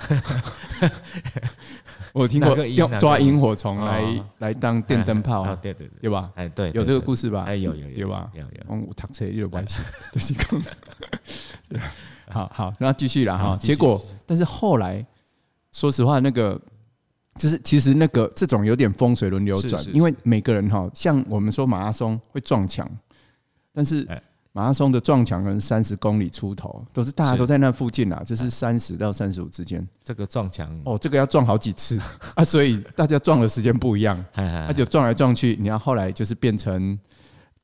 B: 我有听
C: 哪
B: 过
C: 个萤
B: 用
C: 哪个
B: 抓
C: 萤
B: 萤火虫来
C: 哦
B: 来当电灯泡
C: 啊，
B: 啊，
C: 对对对，
B: 对吧？
C: 哎对，
B: 有
C: 对
B: 这个
C: 对
B: 故事吧？
C: 哎有有有
B: 对吧？
C: 有有，
B: 嗯我有读册有关系，
C: 哎
B: 就 是讲，好好，那继续了哈。结果，但是后来，说实话，那个就是其实那个这种有点风水轮流
C: 是
B: 转
C: 是，
B: 因为每个人哈，像我们说马拉松会撞墙，但是
C: 哎
B: 马拉松的撞墙可能三十公里出头，都是大家
C: 是哎嗯
B: 都在那附近啊，就是三十到三十五之间。
C: 这个撞墙，
B: 哦，这个要撞好几次啊，所以大家撞的时间不一样。
C: 哎，哎
B: 啊他就撞来撞去，你要后来就是变成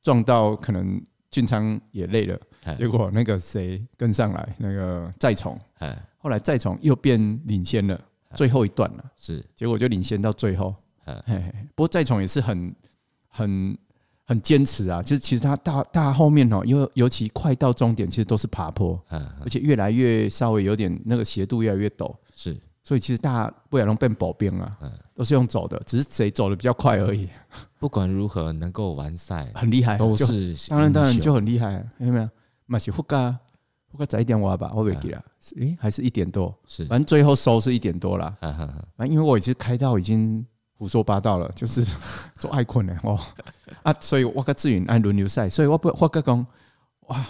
B: 撞到可能俊昌也累了，
C: 哎
B: 结果那个谁跟上来，那个再宠，
C: 哎
B: 后来再宠又变领先了，最后一段了，
C: 哎是
B: 结果就领先到最后。
C: 哎
B: 嘿嘿不过再宠也是很很很坚持啊，就是其实他大大后面哦，因为尤其快到终点，其实都是爬坡，
C: 嗯
B: 而且越来越稍微有点那个斜度越来越陡，
C: 是
B: 所以其实大家不然能变保兵啊
C: 嗯，
B: 都是用走的，只是谁走的比较快而已，
C: 不管如何能够完赛
B: 很厉害，啊
C: 都
B: 哎就是当然，当然
C: 英雄
B: 就很厉害，有没有？嘛是覆啊盖覆盖早一点挖吧，我忘记了，
C: 嗯
B: 诶、还是一点多，
C: 是，
B: 反正最后收是一点多啦。
C: 哈哈哈
B: 反正因为我已经开到已经胡说八道了，就是做爱困了 哦啊，所以我跟志云爱轮流赛，所以我不我跟讲哇，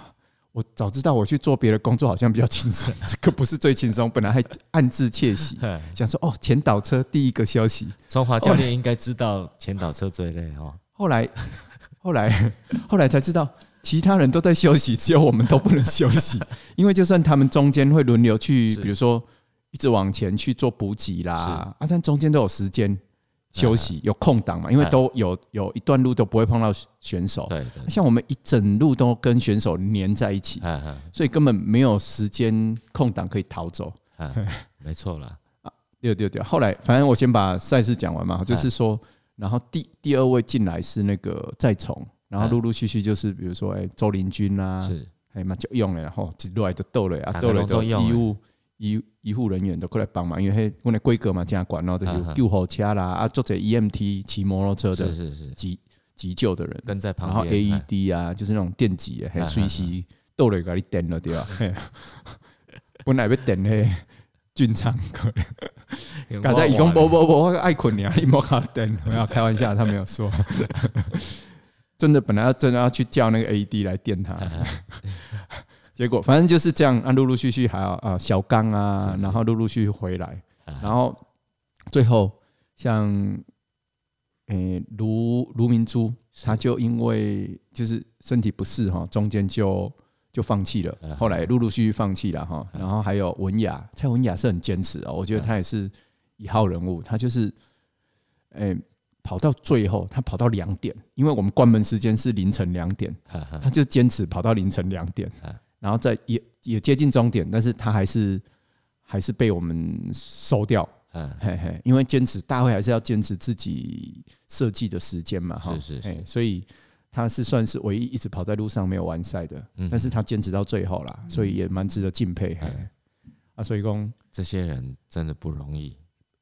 B: 我早知道我去做别的工作好像比较轻松，这个不是最轻松，本来还暗自窃喜，
C: 哎
B: 想说哦，前导车第一个消息，
C: 中华教练应该知道前导车最累哦，
B: 后来， 后来， 后来才知道，其他人都在休息，只有我们都不能休息，因为就算他们中间会轮流去，
C: 是
B: 比如说一直往前去做补给啦，啊，但中间都有时间休息，有空档嘛，因为都有有一段路都不会碰到选手，
C: 对对，
B: 像我们一整路都跟选手粘在一起，
C: 嗯嗯
B: 所以根本没有时间空档可以逃走。
C: 嗯，没错啦，
B: 对对对，后来反正我先把赛事讲完
C: 嗯
B: 嘛，就是说，然后第第二位进来是那个再宠，然后陆陆续续就是比如说哎周林军啊，
C: 嗯是
B: 哎嘛就用了，然后一路来就斗了啊，
C: 大家
B: 斗了
C: 拢做
B: 就
C: 用的
B: 医务医医护人员都过来帮忙，因为迄我的规格嘛加管咯，就是
C: 嗯嗯
B: 救护车啦啊，做者 EMT 骑摩托车
C: 是
B: 的
C: 是是，
B: 急急救的人，
C: 跟在
B: 然
C: 旁
B: 后
C: 边，哎
B: AED 啊，就是那种电击的，
C: 嗯
B: 还
C: 嗯
B: 随时斗了给你电了对吧？嘿本来要电 嘿俊昌可
C: 哎
B: 刚才伊讲不不不，我爱困你啊，你莫卡等，没有开玩笑，他没有说。 真的，本来要真的要去叫那个 AD 来 电他，结果反正就是这样啊，陆陆续续还有啊小刚啊，然后陆陆续续回来，然后最后像诶卢卢明珠，他就因为就是身体不适哈，中间就就放弃了
C: 嗯，
B: 后来陆陆续续放弃了哈，然后还有文雅，蔡文雅是很坚持哦，我觉得他也是一号人物，他就是诶。跑到最后，他跑到两点，因为我们关门时间是凌晨两点，
C: 哈哈
B: 他就坚持跑到凌晨两点
C: 啊，
B: 然后再也也接近终点，但是他还是还是被我们收掉，
C: 嗯
B: 嘿嘿，因为坚持大会还是要坚持自己设计的时间嘛，哈，
C: 是是
B: 嘿所以他是算是唯一一直跑在路上没有完赛的，
C: 嗯
B: 但是他坚持到最后啦，所以也蛮值得敬佩，嘿
C: 嗯
B: 啊，所以讲
C: 这些人真的不容易，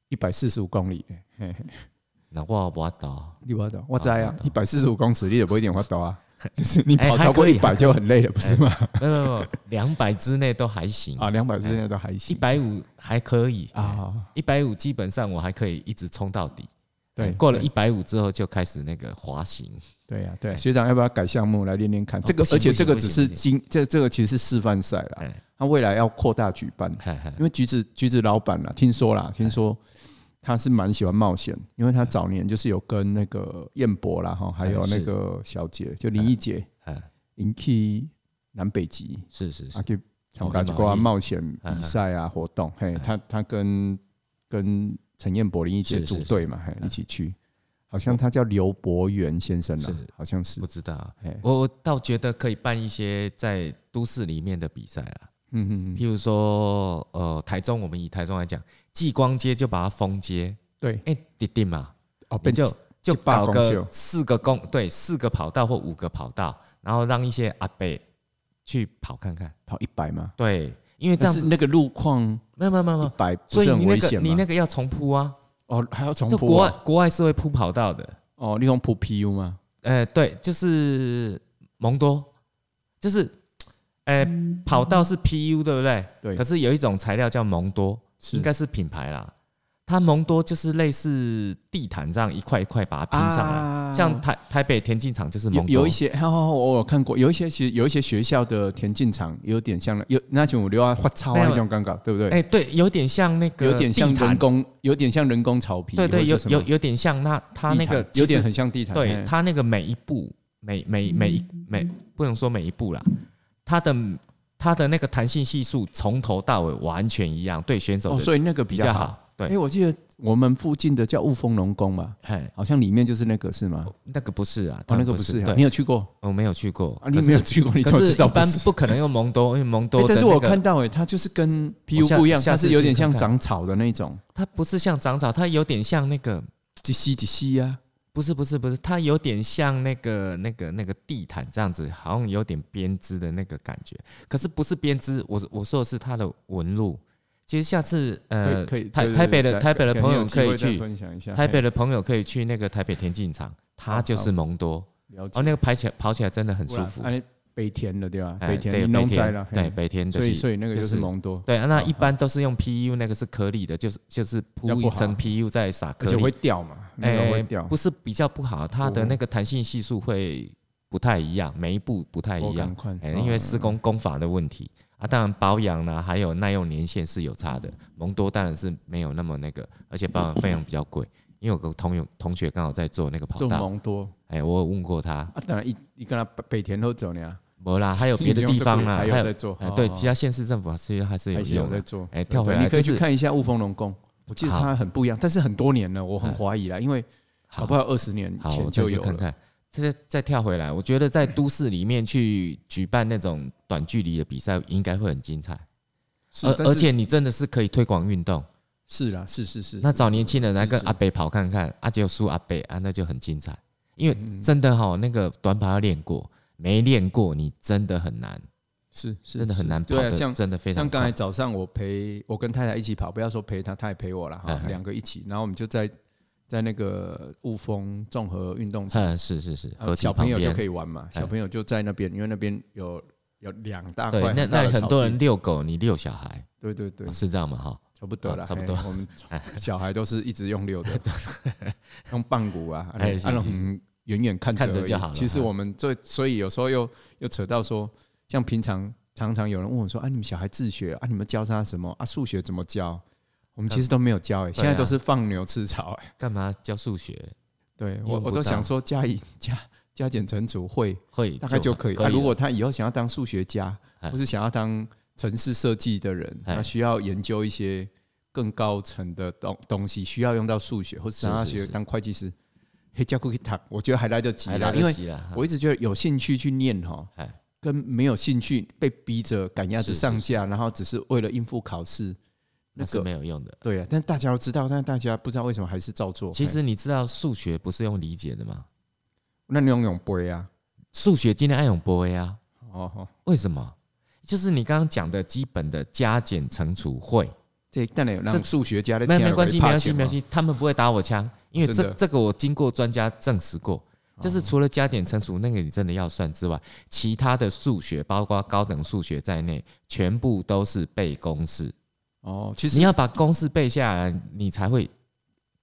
B: 一百四十五公里，嘿嘿
C: 那我我倒，
B: 你我懂，我知啊
C: 我，
B: 一百四十五公尺你也不会一点我懂啊，就是你
C: 哦哎
B: 跑
C: 还
B: 超过
C: 可以哎
B: 一百就很累了，不是吗？
C: 没有没有没有，两百之内都还行，
B: 啊，两百之内都还
C: 哎一
B: 行
C: 百五还可以，
B: 啊，
C: 一百五哎基本上我还可以一直冲到底。
B: 对，
C: 过了
B: 对
C: 一百五之后就开始那个滑行，
B: 对呀、对，学长要不要改项目来练练看？这
C: 哦
B: 个
C: 不，行
B: 而且这个
C: 不
B: 只
C: 行
B: 是
C: 不
B: 今这这个其实是示范赛啦
C: 哎，
B: 他未来要扩大举办，
C: 哈哈
B: 啊因为橘子橘子老板啦，听说啦，听说他是蛮喜欢冒险，因为他早年就是有跟那个燕博啦哈，还有那
C: 哎是
B: 个小杰，就林忆杰
C: 嗯，
B: 引起南北极，
C: 是是哦
B: 啊
C: 是，
B: 去参加一挂冒险比赛啊活动，嘿，
C: 嗯
B: 他他跟跟陈彦博、林一姐
C: 是是
B: 组队嘛，嘿，
C: 嗯
B: 一起去，好像他叫刘伯元先生
C: 是
B: 啊，好像是
C: 不，知道啊。
B: 嘿，
C: 我我倒觉得可以办一些在都市里面的比赛啊，
B: 嗯嗯嗯，
C: 譬如说，呃，台中，我们以台中来讲，继光街就把它封街，
B: 对，
C: 哎、定定嘛，
B: 哦，
C: 你
B: 变
C: 就就
B: 一百
C: 搞
B: 公尺哦
C: 个四个公对四个跑道或五个跑道，然后让一些阿伯去跑看看。
B: 跑一百嘛，
C: 对，因为这样
B: 但是
C: 子
B: 那个路况
C: 没有没有没有没
B: 一
C: 有，
B: 百不
C: 所以
B: 是很
C: 你
B: 危
C: 那个
B: 险
C: 你那
B: 吗？
C: 个要重铺啊，
B: 哦，还要重
C: 就
B: 铺
C: 国外
B: 啊，
C: 国外是会铺跑道的。
B: 哦，你用铺 PU 吗？
C: 呃，对，就是蒙多，就是呃跑道是 PU 对不对？
B: 对
C: 可是有一种材料叫蒙多，
B: 是
C: 应该是品牌啦。它蒙多就是类似地毯这样一块一块把它拼上来，
B: 啊
C: 像台台北田径场就是蒙
B: 有
C: 多，
B: 有一些， 哦，我有看过，有一些其实有一些学校的田径场有点像那有那种流啊、花草
C: 没
B: 啊
C: 有
B: 那种尴尬，对不对？
C: 哎、对，有点像那个
B: 有点像
C: 地毯
B: 人，工，有点像人工草皮，
C: 对对，
B: 或
C: 有
B: 是什么
C: 有有点像那它那个
B: 地毯有点
C: 其实
B: 很像地毯，哎
C: 对
B: 嘿
C: 它那个每一步每
B: 嗯
C: 每每一每不能说每一步啦，它的它的那个弹性系数从头到尾完全一样，对选手
B: 哦，
C: 的
B: 所以那个
C: 比
B: 比
C: 较
B: 较
C: 好，
B: 好。
C: 对，
B: 哎，我记得我们附近的叫雾峰龙宫吧，
C: 嘿，
B: 好像里面就是那个是吗？
C: 那个不是啊，
B: 哦，
C: 当
B: 那
C: 然
B: 个
C: 不
B: 不是啊，你
C: 对，
B: 有去过
C: 我没有去过
B: 啊？你
C: 可是
B: 没有去过，你怎
C: 可
B: 么
C: 是
B: 知道
C: 一般
B: 是
C: 不可能用蒙多，因为蒙多
B: 哎
C: 的
B: 但是
C: 那
B: 我
C: 个
B: 看到哎，它就是跟
C: 我
B: PU
C: 下
B: 不一样，
C: 下
B: 它
C: 次
B: 是有点
C: 去看
B: 像
C: 看
B: 长草的那种，
C: 它不是像长草，它有点像那个
B: 几吸几吸啊，
C: 不是不是不是，它有点像那个那个那个地毯这样子，好像有点编织的那个感觉。可是不是编织，我我说的是它的纹路。其实下次呃，
B: 可以啊可以
C: 台
B: 对
C: 台
B: 对
C: 北
B: 对
C: 的台北的
B: 改天
C: 朋
B: 有
C: 友
B: 机
C: 可以
B: 会再
C: 去，
B: 分享一下
C: 台
B: 嘿
C: 北的朋友可以去那个台北田径场，它就是蒙多
B: 了解
C: 哦，那个跑起来跑起来真的很
B: 不
C: 舒
B: 然
C: 服
B: 啊。你北田了对吧？
C: 哎
B: 北
C: 对
B: 田
C: 北
B: 农宅
C: 田
B: 了，嘿
C: 对北田就
B: 所以所
C: 是
B: 以那个就
C: 就是
B: 是蒙多，
C: 对，啊那
B: 好
C: 一般都是用 PU 那个是颗粒的，就是就是
B: 比较
C: 铺
B: 不
C: 一
B: 好
C: 层 PU 再撒
B: 而
C: 颗
B: 且
C: 粒哎
B: 会，掉嘛，那个会掉，
C: 不是比较不好，它
B: 哦
C: 的那个弹性系数会不太一样，每一步不太一
B: 我赶
C: 样，
B: 快，
C: 哎、因为
B: 嗯
C: 施工工法的问题啊，当然保养啦、还有耐用年限是有差的。蒙多当然是没有那么那个，而且保养费用比较贵。因为我有个同友同学刚好在做那个跑
B: 做
C: 道，
B: 蒙多
C: 哎、我有问过他，
B: 啊，当然一一跟他北田都走呢，
C: 没 啦，还有别的地方啦，
B: 还
C: 还
B: 有
C: 有
B: 在做
C: 哎，，对，
B: 哦
C: 其他县市政府还是还是有
B: 还是有
C: 用
B: 在
C: 的。
B: 做，
C: 哎跳
B: 对
C: 回来
B: 你可以
C: 就
B: 去
C: 是
B: 看一下雾峰龙宫，我记得
C: 好
B: 它很不一样，但是很多年了，我很
C: 嗯
B: 怀疑啦，因为
C: 好
B: 搞不好二十年
C: 好，
B: 前
C: 我再
B: 就
C: 去
B: 有
C: 看
B: 了，
C: 看。这再跳回来，我觉得在都市里面去举办那种短距离的比赛，应该会很精彩。
B: 是
C: 而
B: 但
C: 而
B: 是
C: 且你真的是可以推广运动。
B: 是啦，是是是，
C: 那找年轻人来
B: 是
C: 跟
B: 是
C: 阿北跑看看，阿杰输阿北啊，那就很精彩。因
B: 嗯
C: 为真的哈、那个短跑要练过，没练过你真的很难，
B: 是是
C: 真的很
B: 是
C: 难跑
B: 对啊，
C: 的，
B: 像
C: 真的非常
B: 像刚才
C: 快。
B: 早上我陪我跟太太一起跑，不要说陪她，她也陪我了哈
C: 嗯，嗯
B: 两个一起，然后我们就在在那个雾峰综合运动场，
C: 嗯，是是是，河
B: 啊
C: 堤嗯
B: 小朋友就可
C: 以。
B: 以玩嘛，小朋友就在那边，因为那边有有两大
C: 对
B: 块，，
C: 那
B: 大
C: 那
B: 的
C: 很
B: 草
C: 多
B: 地
C: 人遛狗，你遛小孩
B: 对对对
C: 啊，是这样嘛？哈，
B: 差不多了，
C: 啊差不多
B: 嘿我 们小孩都是一直用溜的， 用棒骨啊，啊
C: 哎是
B: 那
C: 是是
B: 种远远看
C: 看着
B: 而已
C: 就好了哎
B: 其实我们最所以有时候又又扯到说，像平常常常有人问我说：“啊，你们小孩自学啊，你们教他什么啊？数学怎么教？”我们其实都没有教
C: 对
B: 哎，
C: 啊
B: 现在都是放牛吃草哎。
C: 干嘛教数学？
B: 对
C: 用
B: 我
C: 不
B: 我都
C: 到
B: 想说加以加加减乘除会
C: 会
B: 大概就可以。啊，
C: 了
B: 如果他以后想要当数学家，
C: 哎
B: 或是想要当城市设计的人，
C: 哎
B: 他需要研究一些更高层的东东西，需要用到数学，或是
C: 是
B: 想要
C: 是
B: 学
C: 是
B: 当会计师，黑加库去谈，我觉得还来得及
C: 还
B: 啦
C: 来。
B: 因
C: 得
B: 为
C: 及啦。
B: 我一直觉得有兴趣去念哈
C: 哎，
B: 跟没有兴趣被逼着赶鸭子
C: 是是
B: 上架，然后只是为了应付考试，
C: 那
B: 那
C: 是
B: 个
C: 没有用的。
B: 对啊。但大家都知道，但大家不知道为什么还是照做。
C: 其
B: 嘿，
C: 实你知道数学不是用理解的吗？
B: 那你用用杯啊，
C: 数学今天爱用波 A 啊，
B: 哦哦，
C: 为什么？就是你刚刚讲的基本的加减乘除会，
B: 这当然有让
C: 这
B: 数学家的
C: 没有没关系，没关系，没关
B: 系。
C: 系，他们不会打我枪，因为
B: 真
C: 这
B: 的哦
C: 这个我经过专家证实过，就是除了加减乘除那个你真的要算之外，其他的数学包括高等数学在内，全部都是背公式。
B: 哦，其实
C: 你要把公式背下来，你才会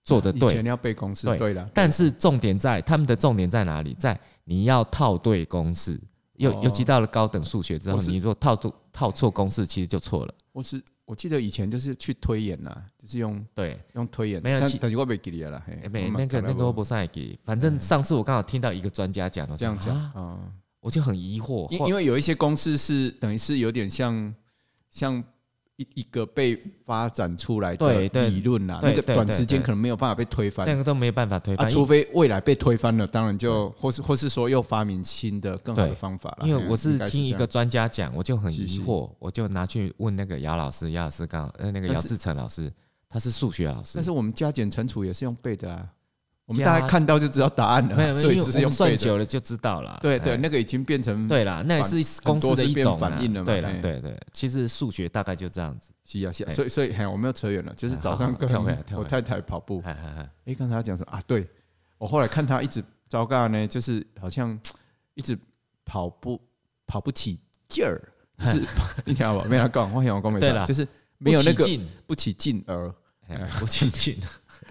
C: 做得
B: 以
C: 对。
B: 前要背公式，
C: 对
B: 对了，
C: 但是重点在他们的重点在哪里？在你要套对公式。尤
B: 哦
C: 尤其到了高等数学之后，
B: 我是
C: 你如果套错套错公式，其实就错了。
B: 我是我记得以前就是去推演啦，就是用
C: 对，
B: 用推演，
C: 没有
B: 但
C: 其
B: 但是我被给你了，嘿
C: 哎没
B: 我嘛
C: 那个
B: 搞不
C: 那
B: 懂
C: 个我不上也给，反正上次我刚好听到一个专家讲，我
B: 这样
C: 说
B: 讲
C: 啊
B: 啊，
C: 我就很疑惑，
B: 因
C: 后
B: 因为有一些公式是等于是有点像像一一个被发展出来的
C: 对对
B: 理论啦，
C: 对
B: 那个
C: 对
B: 短
C: 对
B: 时间
C: 对
B: 可能没有办法被推翻
C: 那。个都没办法推
B: 啊，
C: 翻，
B: 除非未来被推翻了，当然就或是或是说又发明新的更好的
C: 对
B: 方法了。
C: 因
B: 嘿
C: 为我是
B: 应该
C: 听一
B: 这样
C: 个专家讲，我就很
B: 是
C: 疑
B: 是
C: 惑，我就拿去问那个姚老师，姚老师刚好呃那个
B: 但
C: 姚
B: 是
C: 志成老师，他是数学老师，
B: 但是我们加减乘除也是用背的啊，我们
C: 加
B: 大家看到就知道答案了
C: 没
B: 啊，
C: 有没
B: 所
C: 有，
B: 以
C: 因为
B: 只是
C: 我
B: 用
C: 们
B: 背
C: 算
B: 的。
C: 久了就知道了，
B: 对对，
C: 哎
B: 那个已经变成
C: 对啦，那也是
B: 很
C: 公
B: 多
C: 式的
B: 是
C: 一
B: 变
C: 种
B: 反
C: 啦
B: 应了嘛
C: 对啦
B: 哎
C: 对对，其实数学大概就这样子，
B: 是啊是啊，
C: 哎
B: 所以所以嘿，我们要扯远了，就是
C: 哎
B: 早
C: 好
B: 上
C: 好
B: 跟
C: 跳回来跳
B: 我
C: 回来哎
B: 太太跑步，
C: 哈哈哈
B: 诶，刚才他讲什么啊？对我后来看他一直糟糕呢，就是好像一直跑步跑不起劲儿，就是你听好吧，没他讲，我想我讲没
C: 哎对
B: 错，
C: 啦
B: 就是没有那
C: 不
B: 个
C: 起 劲
B: 不起劲儿。
C: 哎不起 劲，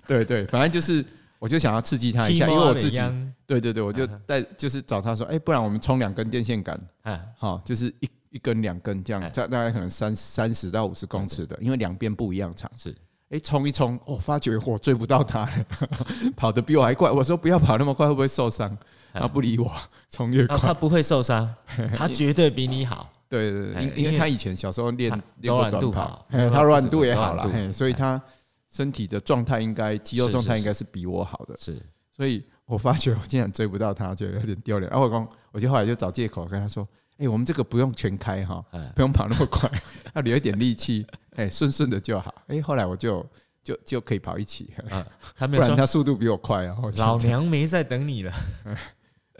B: 对对，反正就是我就想要刺激 他一下，因为我自己对对对，我就
C: 啊哈
B: 带就是找他说，哎，不然我们冲两根电线杆，
C: 啊，
B: 好，就是一一根两根这样，
C: 哎
B: 大大概可能三三十到五十公尺的，因为两边不一样长。
C: 是
B: 哎，冲一冲，我、发觉我追不到他了， 跑得比我还快。我说不要跑那么快，会不会受伤？他不理我，冲越
C: 啊
B: 快。
C: 哎他不会受伤，他绝对比你好，
B: 对对
C: 哎
B: 对，因
C: 因
B: 因为
C: 为
B: 他以前小时候练
C: 他
B: 练过
C: 柔软
B: 短
C: 度
B: 跑
C: 好，
B: 嘿
C: 柔
B: 他柔
C: 软
B: 软
C: 度
B: 度也
C: 柔
B: 好
C: 软
B: 了，
C: 度
B: 嘿所以
C: 哎
B: 他身体的状态应该肌肉
C: 是
B: 状态
C: 是
B: 应该是比我好的，
C: 是
B: 所以我发觉我竟然追不到他，就有点丢脸。然后我刚，我就后来就找借口跟他说：“哎，我们这个不用全开哈，
C: 哎
B: 不用跑那么快，要留一点力气，哎，顺顺的就好。”哎，后来我就就就可以跑一起，
C: 啊，他
B: 不
C: 没有
B: 然
C: 说
B: 他速度比我快啊。我现在
C: 老娘没在等你了，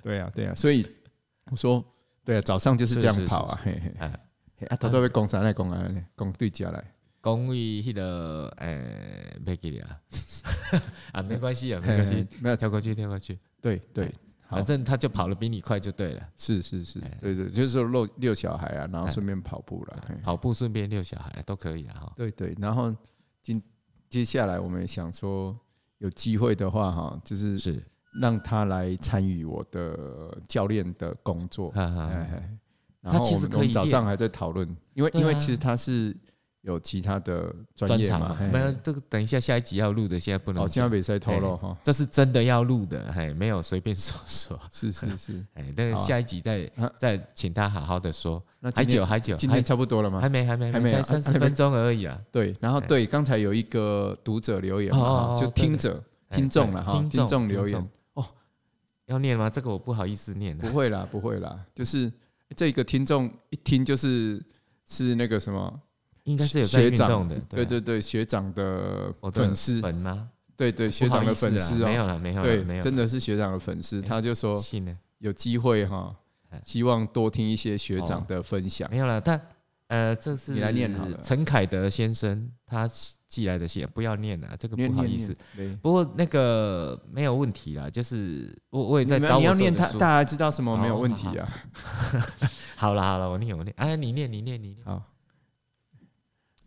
B: 对啊，对啊，所以我说，对啊，早上就是这样
C: 是
B: 跑啊，嘿嘿
C: 哎。
B: 嘿啊，他都被攻上来，攻啊，攻对家来，
C: 公寓那个诶，别给你啊， 啊，没关系啊，没关
B: 嘿
C: 系哎
B: 嘿，没有，
C: 跳过去，跳过去，
B: 对对，好
C: 反正他就跑得比你快就对了。
B: 是是是
C: 哎，
B: 对对，就是说遛遛小孩啊，然后
C: 哎
B: 顺便跑步啦，嘿
C: 跑步顺便遛小孩都可以啊，哈。
B: 对对，然后今接下来我们也想说，有机会的话哈，就是
C: 是，
B: 让他来参与我的教练的工作，
C: 哈哈
B: 哎
C: 哈，
B: 哎，然后
C: 啊他其
B: 我
C: 实
B: 们
C: 可
B: 我们
C: 以
B: 早
C: 练啊
B: 上还在讨论，因为因
C: 对
B: 为
C: 啊
B: 其实他是有其他的专
C: 专
B: 业
C: 场
B: 嘛
C: 嘛，，
B: 嘿
C: 没有这个，等一下下一集要录的，现在不能
B: 哦，现在
C: 讲，
B: 北赛透露哈，
C: 这是真的要录的，嘿，没有随便说 说，
B: 是是是。
C: 哎，但是
B: 好啊
C: 下一集再
B: 啊
C: 再请他好好的说，
B: 那
C: 还
B: 今
C: 久
B: 天
C: 还久，
B: 今
C: 还
B: 天差不多了
C: 还
B: 吗？
C: 没还没
B: 还没啊
C: 才
B: 啊
C: 三
B: 还没
C: 十分钟而已啊，
B: 对，然后
C: 哎
B: 对，刚才有一个读者留言
C: 哦
B: 嘛，
C: 哦
B: 哈
C: 哦
B: 就
C: 对
B: 听
C: 对
B: 者
C: 哎
B: 听众
C: 对
B: 了哈，
C: 听
B: 听
C: 众
B: 众
C: 听
B: 留言
C: 众，要念吗？这个我不好意思念
B: 不
C: 啊，
B: 会啦，不会啦，就是这个听众一听就是是那个什么，
C: 应该是有在
B: 学
C: 运
B: 长
C: 动的，
B: 对
C: 啊
B: 对对，学长的
C: 我的
B: 粉丝，
C: 粉吗？
B: 对对，学长的粉丝
C: 不好意思
B: 哦，
C: 啦没有了，没有了，没
B: 对，
C: 有，
B: 真的哦是学长的粉丝，他就说
C: 信呢，
B: 有机会哈
C: 哎，
B: 希望多听一些学长
C: 哦
B: 的分享。
C: 没有了。但呃，这是
B: 你来念好了
C: 陈凯德先生他寄来的信，不要念啊了，这个
B: 念
C: 不好
B: 念
C: 意
B: 念
C: 思。
B: 对
C: 不过那个没有问题啦，就是我我也在
B: 你
C: 找
B: 们
C: 我
B: 你要
C: 手
B: 念
C: 的
B: 他，
C: 书
B: 大家知道什么没有
C: 哦
B: 问
C: 好
B: 题
C: 好
B: 啊？
C: 好啦好啦，我念我念，哎，你念你念你念，
B: 好，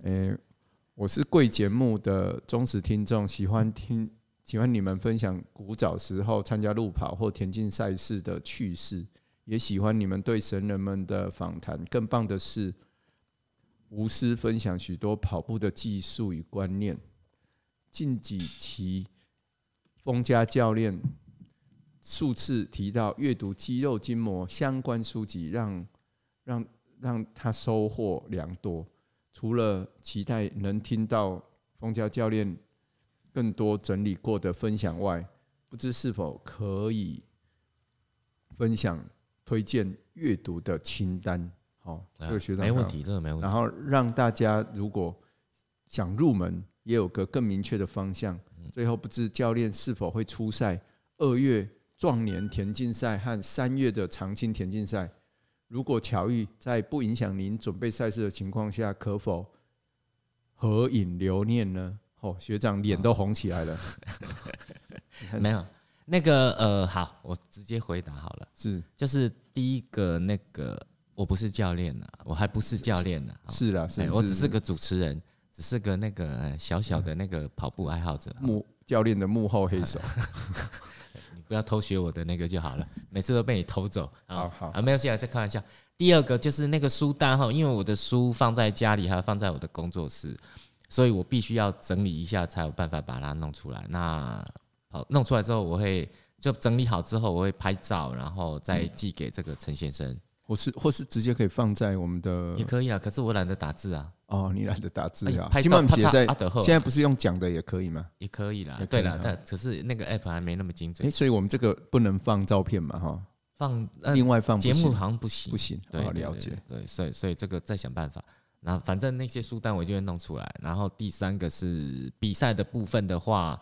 B: 诶、我是贵节目的忠实听众，喜欢听喜欢你们分享古早时候参加路跑或田径赛事的趣事，也喜欢你们对神人们的访谈。更棒的是，无私分享许多跑步的技术与观念。近几期，风家教练数次提到阅读肌肉筋膜相关书籍，让让让他收获良多。除了期待能听到风家教练更多整理过的分享外，不知是否可以分享推荐阅读的清单？好、这个学
C: 啊
B: 长啊
C: 没
B: 刚
C: 问
B: 好
C: 题，这个没问题
B: 然。后让大家如果想入门，也有个更明确的方向。
C: 嗯
B: 最后不知教练是否会出赛二月壮年田径赛和三月的长青田径赛。如果巧遇在不影响您准备赛事的情况下，可否合影留念呢？哦，学长脸都红起来了，
C: 没有那个呃，好，我直接回答好了，
B: 是
C: 就是第一个那个，我不是教练呐，我还不是教练呐，哦
B: 是啦，
C: 哎
B: 是，
C: 我只是个主持人，只是个那个呃小小的那个跑步爱好者，
B: 幕教练的幕后黑手，
C: 你不要偷学我的那个就好了，每次都被你偷走。
B: 好好
C: 啊，没有，现在再开玩笑。第二个就是那个书单哈，因为我的书放在家里，还有放在我的工作室，所以我必须要整理一下，才有办法把它弄出来。那好，弄出来之后，我会就整理好之后，我会拍照，然后再寄给这个陈先生，
B: 或是或是直接可以放在我们的
C: 也可以啊。可是我懒得打字啊，
B: 哦，你懒得打字
C: 哎
B: 啊，
C: 拍
B: 今
C: 照
B: 晚
C: 啪
B: 写在
C: 嚓啊，得后
B: 现在不是用讲的也可以吗？
C: 也可以啦
B: 也可
C: 对
B: 以。
C: 了
B: 啊，
C: 但可是那个 app 还没那么精
B: 哎，
C: 准，
B: 所以我们这个不能放照片嘛，哈，
C: 放呃
B: 另外放不
C: 节目
B: 行
C: 好像不行
B: 不，行，
C: 对
B: 好，
C: 对
B: 了
C: 对
B: 解。
C: 对，所以所以这个再想办法。然后反正那些书单我就会弄出来。然后第三个是比赛的部分的话，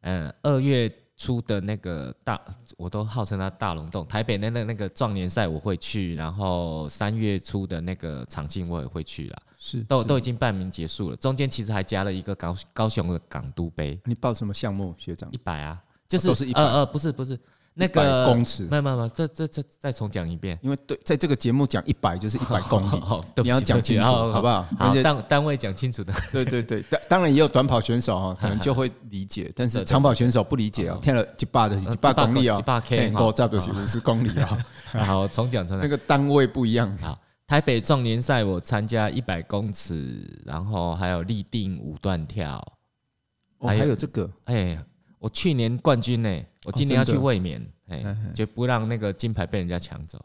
C: 嗯，二月初的那个大，我都号称它大龙洞，台北那那那个壮年赛我会去，然后三月初的那个长庆我也会去啦，
B: 是
C: 都
B: 是
C: 都已经半名结束了。中间其实还加了一个高高雄的港都杯
B: 你报什么项目，学长
C: 一？百啊，就是
B: 哦都是100
C: 呃呃不是不是那
B: 100
C: 个
B: 公尺
C: 没，有没有没有，这这这再重讲一遍。
B: 因为对，在这个节目讲一 百就是一百公里，
C: 哦，对不起
B: 你要讲
C: 对不起
B: 清楚，
C: 哦
B: 好不好？
C: 好
B: 而，且
C: 单单位讲清 楚的。
B: 对对对，当当然也有短跑选手哈，可能就会 理解，但是长跑选手不理解哦，听了几百的几百公里
C: 一，
B: 哦
C: 呃百 K
B: 够
C: 哈。
B: 差不多是五十公里哦，
C: 好，重讲重
B: 那
C: 讲。
B: 个单位不一样。
C: 台北壮年赛我参加一百公尺，然后还有立定五段跳。
B: 哦，
C: 还有
B: 还有这个，
C: 哎，我去年冠军呢，我今年要
B: 真
C: 去
B: 的
C: 卫冕，哎
B: 嘿嘿，
C: 绝不让那个金牌被人家抢走，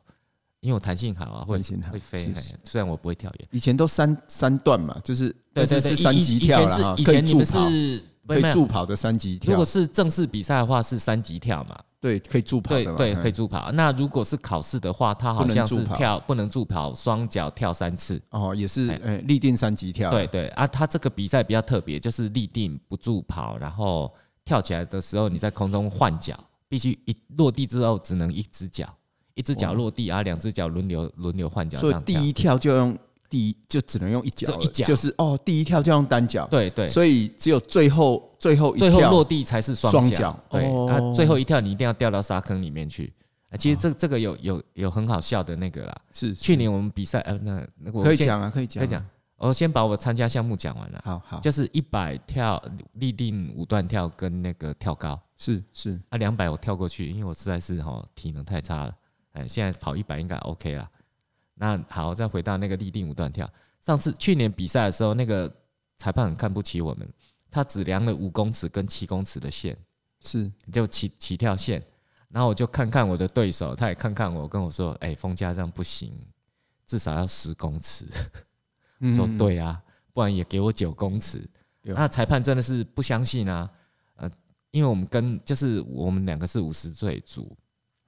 C: 因为我弹性好啊，会
B: 弹性好
C: 会飞
B: 是，
C: 嘿
B: 是
C: 虽然我不会跳远。
B: 以前都三三段嘛，就是
C: 对
B: 但
C: 对
B: 是
C: 对，
B: 是
C: 以
B: 三级跳
C: 以前，
B: 了哈
C: 是以
B: 可以
C: 前你
B: 助
C: 们
B: 跑，
C: 是
B: 可以。
C: 没有
B: 助跑的三级
C: 如
B: 跳
C: 果，是正式比赛的话，是三级跳嘛？
B: 对，可以助跑
C: 对
B: 的嘛，
C: 对，
B: 嗯
C: 可以助跑。那如果是考试的话，它好
B: 不能
C: 像
B: 助
C: 是
B: 跑
C: 跳不能助跑，双脚跳三次。
B: 哦，也是
C: 哎
B: 呃立定三级跳，
C: 对，对啊，它这个比赛比较特别，就是立定不助跑，然后跳起来的时候你在空中换脚，必须一落地之后只能一只脚，一只脚
B: 哇
C: 落地，啊，两只脚轮流轮流换脚这
B: 所以
C: 样跳。
B: 第一跳就用第一就只能用一脚了，
C: 就一脚
B: 就是哦，第一跳就用单脚，
C: 对对，
B: 所以只有最后最后一
C: 最后
B: 跳
C: 落地才是双
B: 双
C: 脚
B: 脚。
C: 对
B: 哦
C: 啊，最后一跳你一定要掉到沙坑里面去。啊，其实这这个有有有很好笑的那个啦。
B: 是是
C: 去年我们比赛，呃，那那我
B: 可以
C: 先
B: 讲啊，可以讲啊，
C: 可以讲我先把我参加项目讲完了，
B: 好好，
C: 就是一百跳立定五段跳跟那个跳高
B: 是是
C: 啊，两百我跳过去，因为我实在是哈、体能太差了，哎，现在跑一百应该 OK 啦。那好，再回到那个立定五段跳，上次去年比赛的时候，那个裁判很看不起我们，他只量了五公尺跟七公尺的线，
B: 是，
C: 就起起跳线，然后我就看看我的对手，他也看看我，跟我说，哎，风家这样不行，至少要十公尺。
B: 嗯
C: 说，对啊，不然也给我九公尺。
B: 对
C: 那裁判真的是不相信啊，呃，因为我们跟就是我们两个是五十岁组，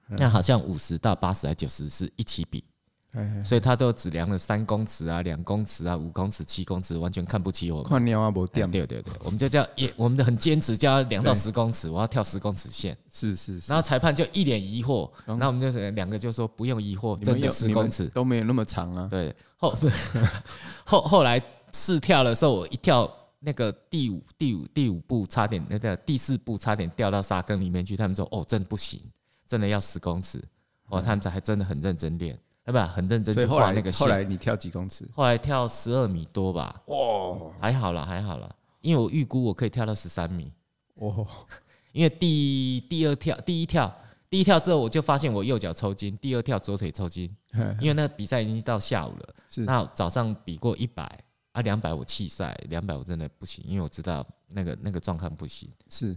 B: 嗯
C: 那好像五十到八十还九十是一起比，
B: 哎哎
C: 所以他都只量了三公尺啊、两公尺啊、五公尺、七公尺，完全看不起我们。
B: 看尿啊，不
C: 哎
B: 掉，
C: 对对对，我们就叫也，我们的很坚持，叫他量到
B: 对
C: 十公尺，我要跳十公尺线。
B: 是是是
C: 然，后裁判就一脸疑惑，
B: 嗯
C: 然后我们就是两个就说不用疑惑，
B: 你
C: 真
B: 们
C: 的
B: 有
C: 十
B: 你们
C: 公尺。
B: 都没有那么长啊，
C: 对，后后后来试跳的时候，我一跳那个第五第五第五步，差点那个第四步差点掉到沙坑里面去。他们说：“哦，真的不行，真的要十公尺。”哦，他们才还真的很认真练，对吧？很认真
B: 嗯所
C: 去
B: 以后
C: 画
B: 来
C: 那个线。
B: 后来你跳几公尺？
C: 后来跳十二米多吧，
B: 哇
C: 还好啦，还好啦，因为我预估我可以跳到十三米，哦
B: 哇，
C: 因为第第二跳第一跳。第一跳之后，我就发现我右脚抽筋，第二跳左腿抽筋，
B: 嘿
C: 因为那比赛已经到下午了，
B: 是
C: 那早上比过一百啊，两百我弃赛，两百我真的不行，因为我知道那个那个状况不行。
B: 是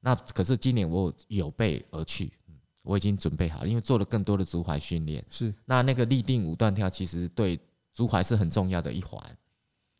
C: 那可是今年我有备而去，嗯我已经准备好了，因为做了更多的足踝训练。
B: 是，
C: 那那个立定五段跳其实对足踝是很重要的一环，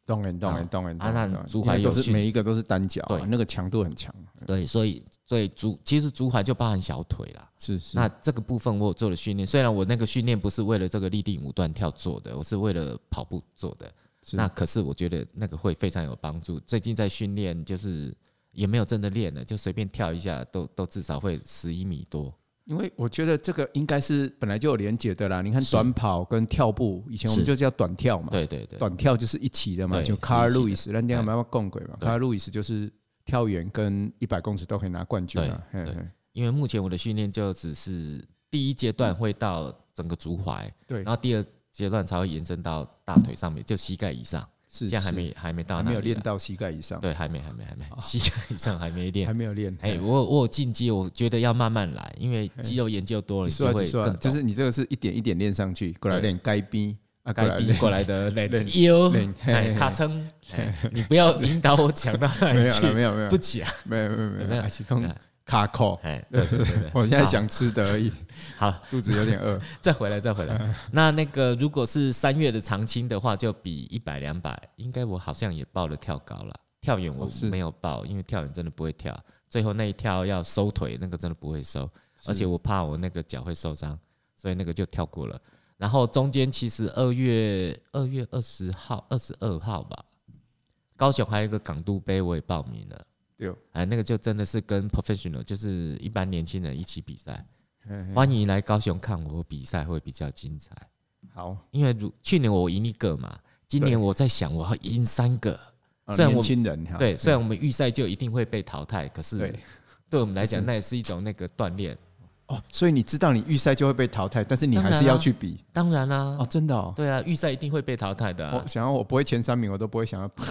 B: 当然当然当然
C: 啊
B: 当然
C: 那
B: 当然，
C: 竹
B: 因为
C: 海
B: 都
C: 有
B: 是
C: 训
B: 每一个都是单脚啊，
C: 对
B: 那个强度很强，啊
C: 对，所以所以足其实足踝就包含小腿啦。
B: 是是，
C: 那这个部分我有做了训练，虽然我那个训练不是为了这个立定五段跳做的，我是为了跑步做的。
B: 是
C: 那可是我觉得那个会非常有帮助。最近在训练，就是也没有真的练了，就随便跳一下，都都至少会十一米多。
B: 因为我觉得这个应该是本来就有连结的啦。你看
C: 是
B: 短跑跟跳步，以前我
C: 是
B: 们就叫短跳嘛，
C: 对对对，
B: 短跳就是一起的嘛，
C: 对
B: 就 Car
C: 是一起的
B: Lewis，那天慢慢共轨嘛
C: 对
B: ，Car Lewis 就是跳远跟一百公尺都可以拿冠军啊。嘿
C: 对
B: 嘿
C: 因为目前我的训练就只是第一阶段会到整个足踝，
B: 对
C: 然后第二阶段才会延伸到大腿上面，就膝盖以上。
B: 是
C: 现在还
B: 是
C: 没还没到，啊
B: 还没有练，到哦膝盖以上，
C: 对，还没还没还没
B: 好，
C: 膝盖以上还没练
B: 还，没有练。
C: 哎，我我有进阶，我觉得要慢慢来，因为肌肉研究多了，
B: 几
C: 你
B: 岁
C: 就
B: 啊？
C: 会
B: 几岁啊
C: 更？
B: 就
C: 懂
B: 是你这个是一点一点练上去，过来
C: 对
B: 练该逼啊，过来
C: 该逼
B: 练
C: 过来的累
B: 练
C: 腰
B: 练嘿嘿
C: 哎
B: 嘿
C: 卡称，哎你不要引导我讲到那
B: 没
C: 里
B: 有了，没
C: 去，
B: 有没有
C: 不讲，
B: 没有没有没
C: 没
B: 有，
C: 有
B: 阿奇空
C: 哎
B: 卡扣，
C: 哎，对对对对，
B: 我现在想吃的而已，
C: 好，好
B: 肚子有点 饿。
C: 再回来，再回
B: 嗯
C: 来。那那个如果是三月的长青的话，就比一百两百，应该我好像也报了跳高了，跳远我
B: 哦是
C: 没有报，因为跳远真的不会跳，最后那一跳要收腿，那个真的不会收，而且我怕我那个脚会受伤，所以那个就跳过了。然后中间其实二月二月二十号、二十二号吧，高雄还有一个港都杯，我也报名了。
B: 对，哦
C: 哎，那个就真的是跟 professional，就是一般年轻人一起比赛。
B: 嘿嘿
C: 欢迎来高雄看我比赛，会比较精彩。
B: 好，
C: 因为如去年我赢一个嘛，今年我在想我要赢三个。
B: 啊
C: 虽然我
B: 年轻人哈，
C: 对，虽然我们预赛就一定会被淘汰，可是
B: 对
C: 对我们来讲，
B: 是
C: 那也是一种那个锻炼。
B: 哦，所以你知道你预赛就会被淘汰，但是你
C: 当
B: 还
C: 然
B: 是要
C: 啊
B: 去比
C: 当然啦、
B: 哦，真的哦。
C: 对啊，预赛一定会被淘汰的、啊
B: 我。想要我不会前三名，我都不 会想要啊比，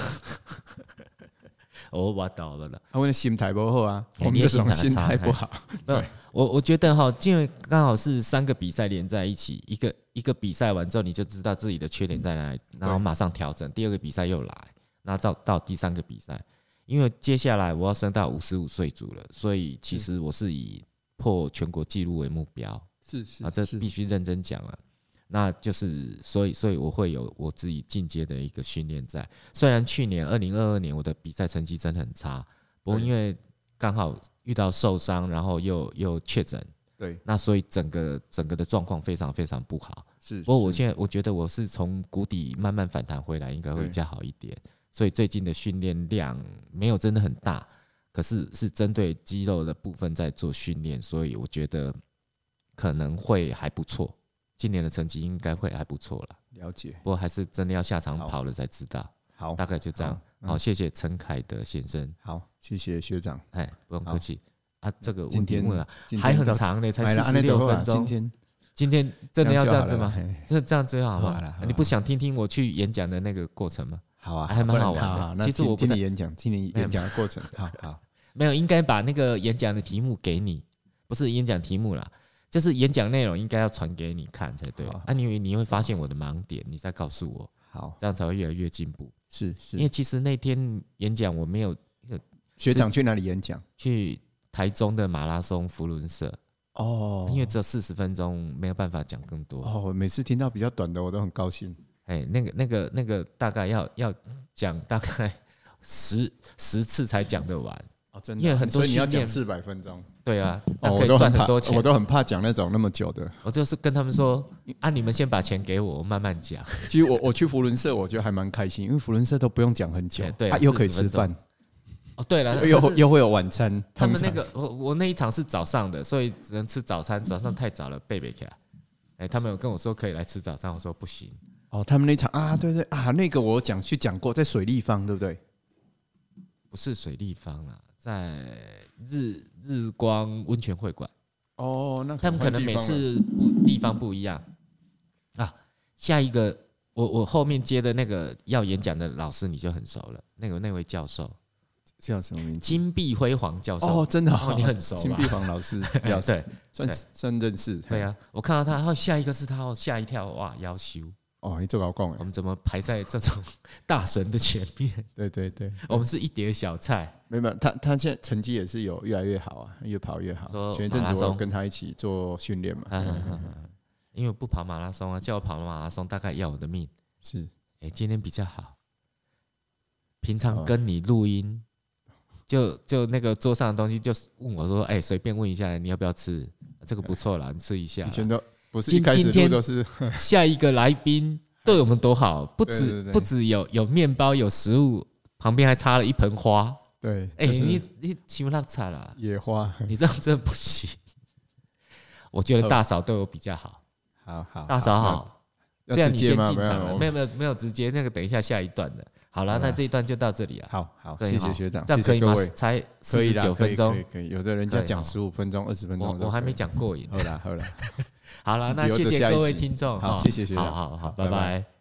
C: 哦我挖倒了啦。
B: 啊我的心态不好啊，
C: 哎
B: 我们
C: 你
B: 这
C: 的
B: 种心
C: 心态很
B: 态
C: 差哎
B: 不好。
C: 我我觉得哈，因为刚好是三个比赛连在一起，一个一个比赛完之后，你就知道自己的缺点在哪里，然后马上调整。第二个比赛又来，然后到到第三个比赛，因为接下来我要升到五十五岁组了，所以其实我是以破全国纪录为目标
B: 是是
C: 啊，这必须认真讲啊。那就是所以，所以我会有我自己进阶的一个训练在。虽然去年二零二二年我的比赛成绩真的很差，不过
B: 对
C: 因为刚好遇到受伤，然后又又确诊，
B: 对
C: 那所以整个整个的状况非常非常不好。
B: 是。
C: 不过我
B: 是
C: 现在我觉得我是从谷底慢慢反弹回来，应该会
B: 对
C: 比较好一点。所以最近的训练量没有真的很大，可是是针对肌肉的部分在做训练，所以我觉得可能会还不错。今年的成绩应该会还不错了，
B: 了解，
C: 不过还是真的要下场
B: 好
C: 跑了才知道。
B: 好
C: 大概就这样。
B: 嗯
C: 好，谢谢陈凯德先生，
B: 好，谢谢学长。
C: 哎，不用
B: 好
C: 客气啊。这个
B: 今
C: 问题
B: 天
C: 问了
B: 今天
C: 还很
B: 到此，
C: 长呢，才
B: 哎
C: 四
B: 啦
C: 十六分
B: 今
C: 钟。
B: 天
C: 今天真的要这样子吗？
B: 就好 了？嘿
C: 这这样最好
B: 好啦
C: 吗
B: 好？啦
C: 你不想听听我去演讲的那个过程吗？
B: 好啊，
C: 还蛮好玩的
B: 不然那
C: 其实
B: 听
C: 我不
B: 听
C: 太
B: 你演讲，听你演讲的 过程，好好
C: 没有，应该把那个演讲的题目给你，不是演讲题目啦，就是演讲内容应该要传给你看才对
B: 好
C: 啊。你以为你会发现我的盲点，你再告诉我，
B: 好
C: 这样才会越来越进步。
B: 是
C: 因
B: 是
C: 为。其实那天演讲我没有
B: 学长去哪里演讲？
C: 去台中的马拉松福伦社，
B: 哦
C: 因为只有四十分钟，没有办法讲更多。
B: 哦，我每次听到比较短的，我都很高兴。
C: 哎，那个、那个、那个，大概要要讲大概十十次才讲得完。
B: 哦，真
C: 因为很多
B: 所以你要
C: 训
B: 讲
C: 练
B: 四百分钟，
C: 对啊，这
B: 哦，
C: 样
B: 我
C: 可
B: 都
C: 以赚
B: 很
C: 很
B: 怕
C: 多，钱。
B: 我都很怕讲那种那么久的。
C: 我就是跟他们说，啊，你们先把钱给我，我慢慢讲。
B: 其实我 我去福伦社，我觉得还蛮开心，因为福伦社都不用讲很久
C: 哎，对
B: 啊又可以吃饭，
C: 哦，对了，
B: 又
C: 可
B: 又
C: 是
B: 又会有晚餐。
C: 他们
B: 通
C: 那
B: 常
C: 个我我那一场是早上的，所以只能吃早餐，早上太早了，贝贝起来。哎，他们有跟我说可以来吃早餐，我说不行。
B: 哦，他们那场啊，对对啊，那个我有讲去讲过，在水立方，对不对？
C: 不是水立方啦，在日日光温泉会馆，
B: 哦，那
C: 他们可能每次不地方不一样啊。下一个，我我后面接的那个要演讲的老师你就很熟了，那个那位教授
B: 叫什么名字？
C: 金碧辉煌教授
B: 哦，，真的、
C: 哦你很熟吧，
B: 金碧煌老师
C: 哎
B: 老师
C: 对
B: 算
C: 对
B: 算认识。
C: 对啊，我看到他，然后下一个是他，哦，吓一跳，哇，要修，
B: 哦，你做老公
C: 我
B: 哎，
C: 们怎么排在这种 大神的前面？
B: 对对对，
C: 我们是一碟小菜，
B: 没有没有，他他现在成绩也是有越来越好啊，越跑越好。
C: 说
B: 前一阵
C: 马
B: 子
C: 拉松
B: 我有跟他一起做训练嘛，
C: 啊
B: 嗯
C: 因为我不跑马拉松啊，叫我跑马拉松大概要我的命。
B: 是
C: 哎，今天比较好，平
B: 哦
C: 常跟你录音，就就那个桌上的东西，就是问我说，哎，随便问一下，你要不要吃？这个不错啦，你吃一下
B: 以
C: 啦。
B: 前都不是
C: 今
B: 一开始
C: 今
B: 录
C: 天
B: 都是
C: 下一个来宾对我们多好，不
B: 对对
C: 止
B: 对
C: 不止有有面包有食物，旁边还插了一盆花。
B: 对，
C: 哎、
B: 就是嗯
C: 你你欺负那惨了，
B: 野花，
C: 你这样真的不行。我觉得大嫂对我比较好，
B: 好好
C: 大嫂，好，
B: 那
C: 虽
B: 要
C: 然
B: 直
C: 你
B: 接
C: 先
B: 吗？
C: 进
B: 没有
C: 场了，
B: 没
C: 没有
B: 有，
C: 没有没有直接那个，等一下下一段的。好了，
B: 好啦
C: 那这一段就到这里了，
B: 好好，
C: 对
B: 谢谢
C: 好
B: 学长，
C: 这样
B: 谢
C: 可
B: 谢
C: 以吗
B: 各位，？
C: 才
B: 可
C: 四
B: 以
C: 十
B: 啦，
C: 九
B: 可以
C: 分钟
B: 可以，可以，有的人家
C: 对
B: 讲
C: 好
B: 十五分钟、二十分
C: 我
B: 钟，
C: 我还没。讲过瘾。
B: 好啦好啦，
C: 好了，那
B: 留着
C: 谢谢
B: 下一
C: 各位
B: 集
C: 听众，
B: 好
C: 哈
B: 谢谢学长
C: 好好好，
B: 拜
C: 拜
B: 拜
C: 拜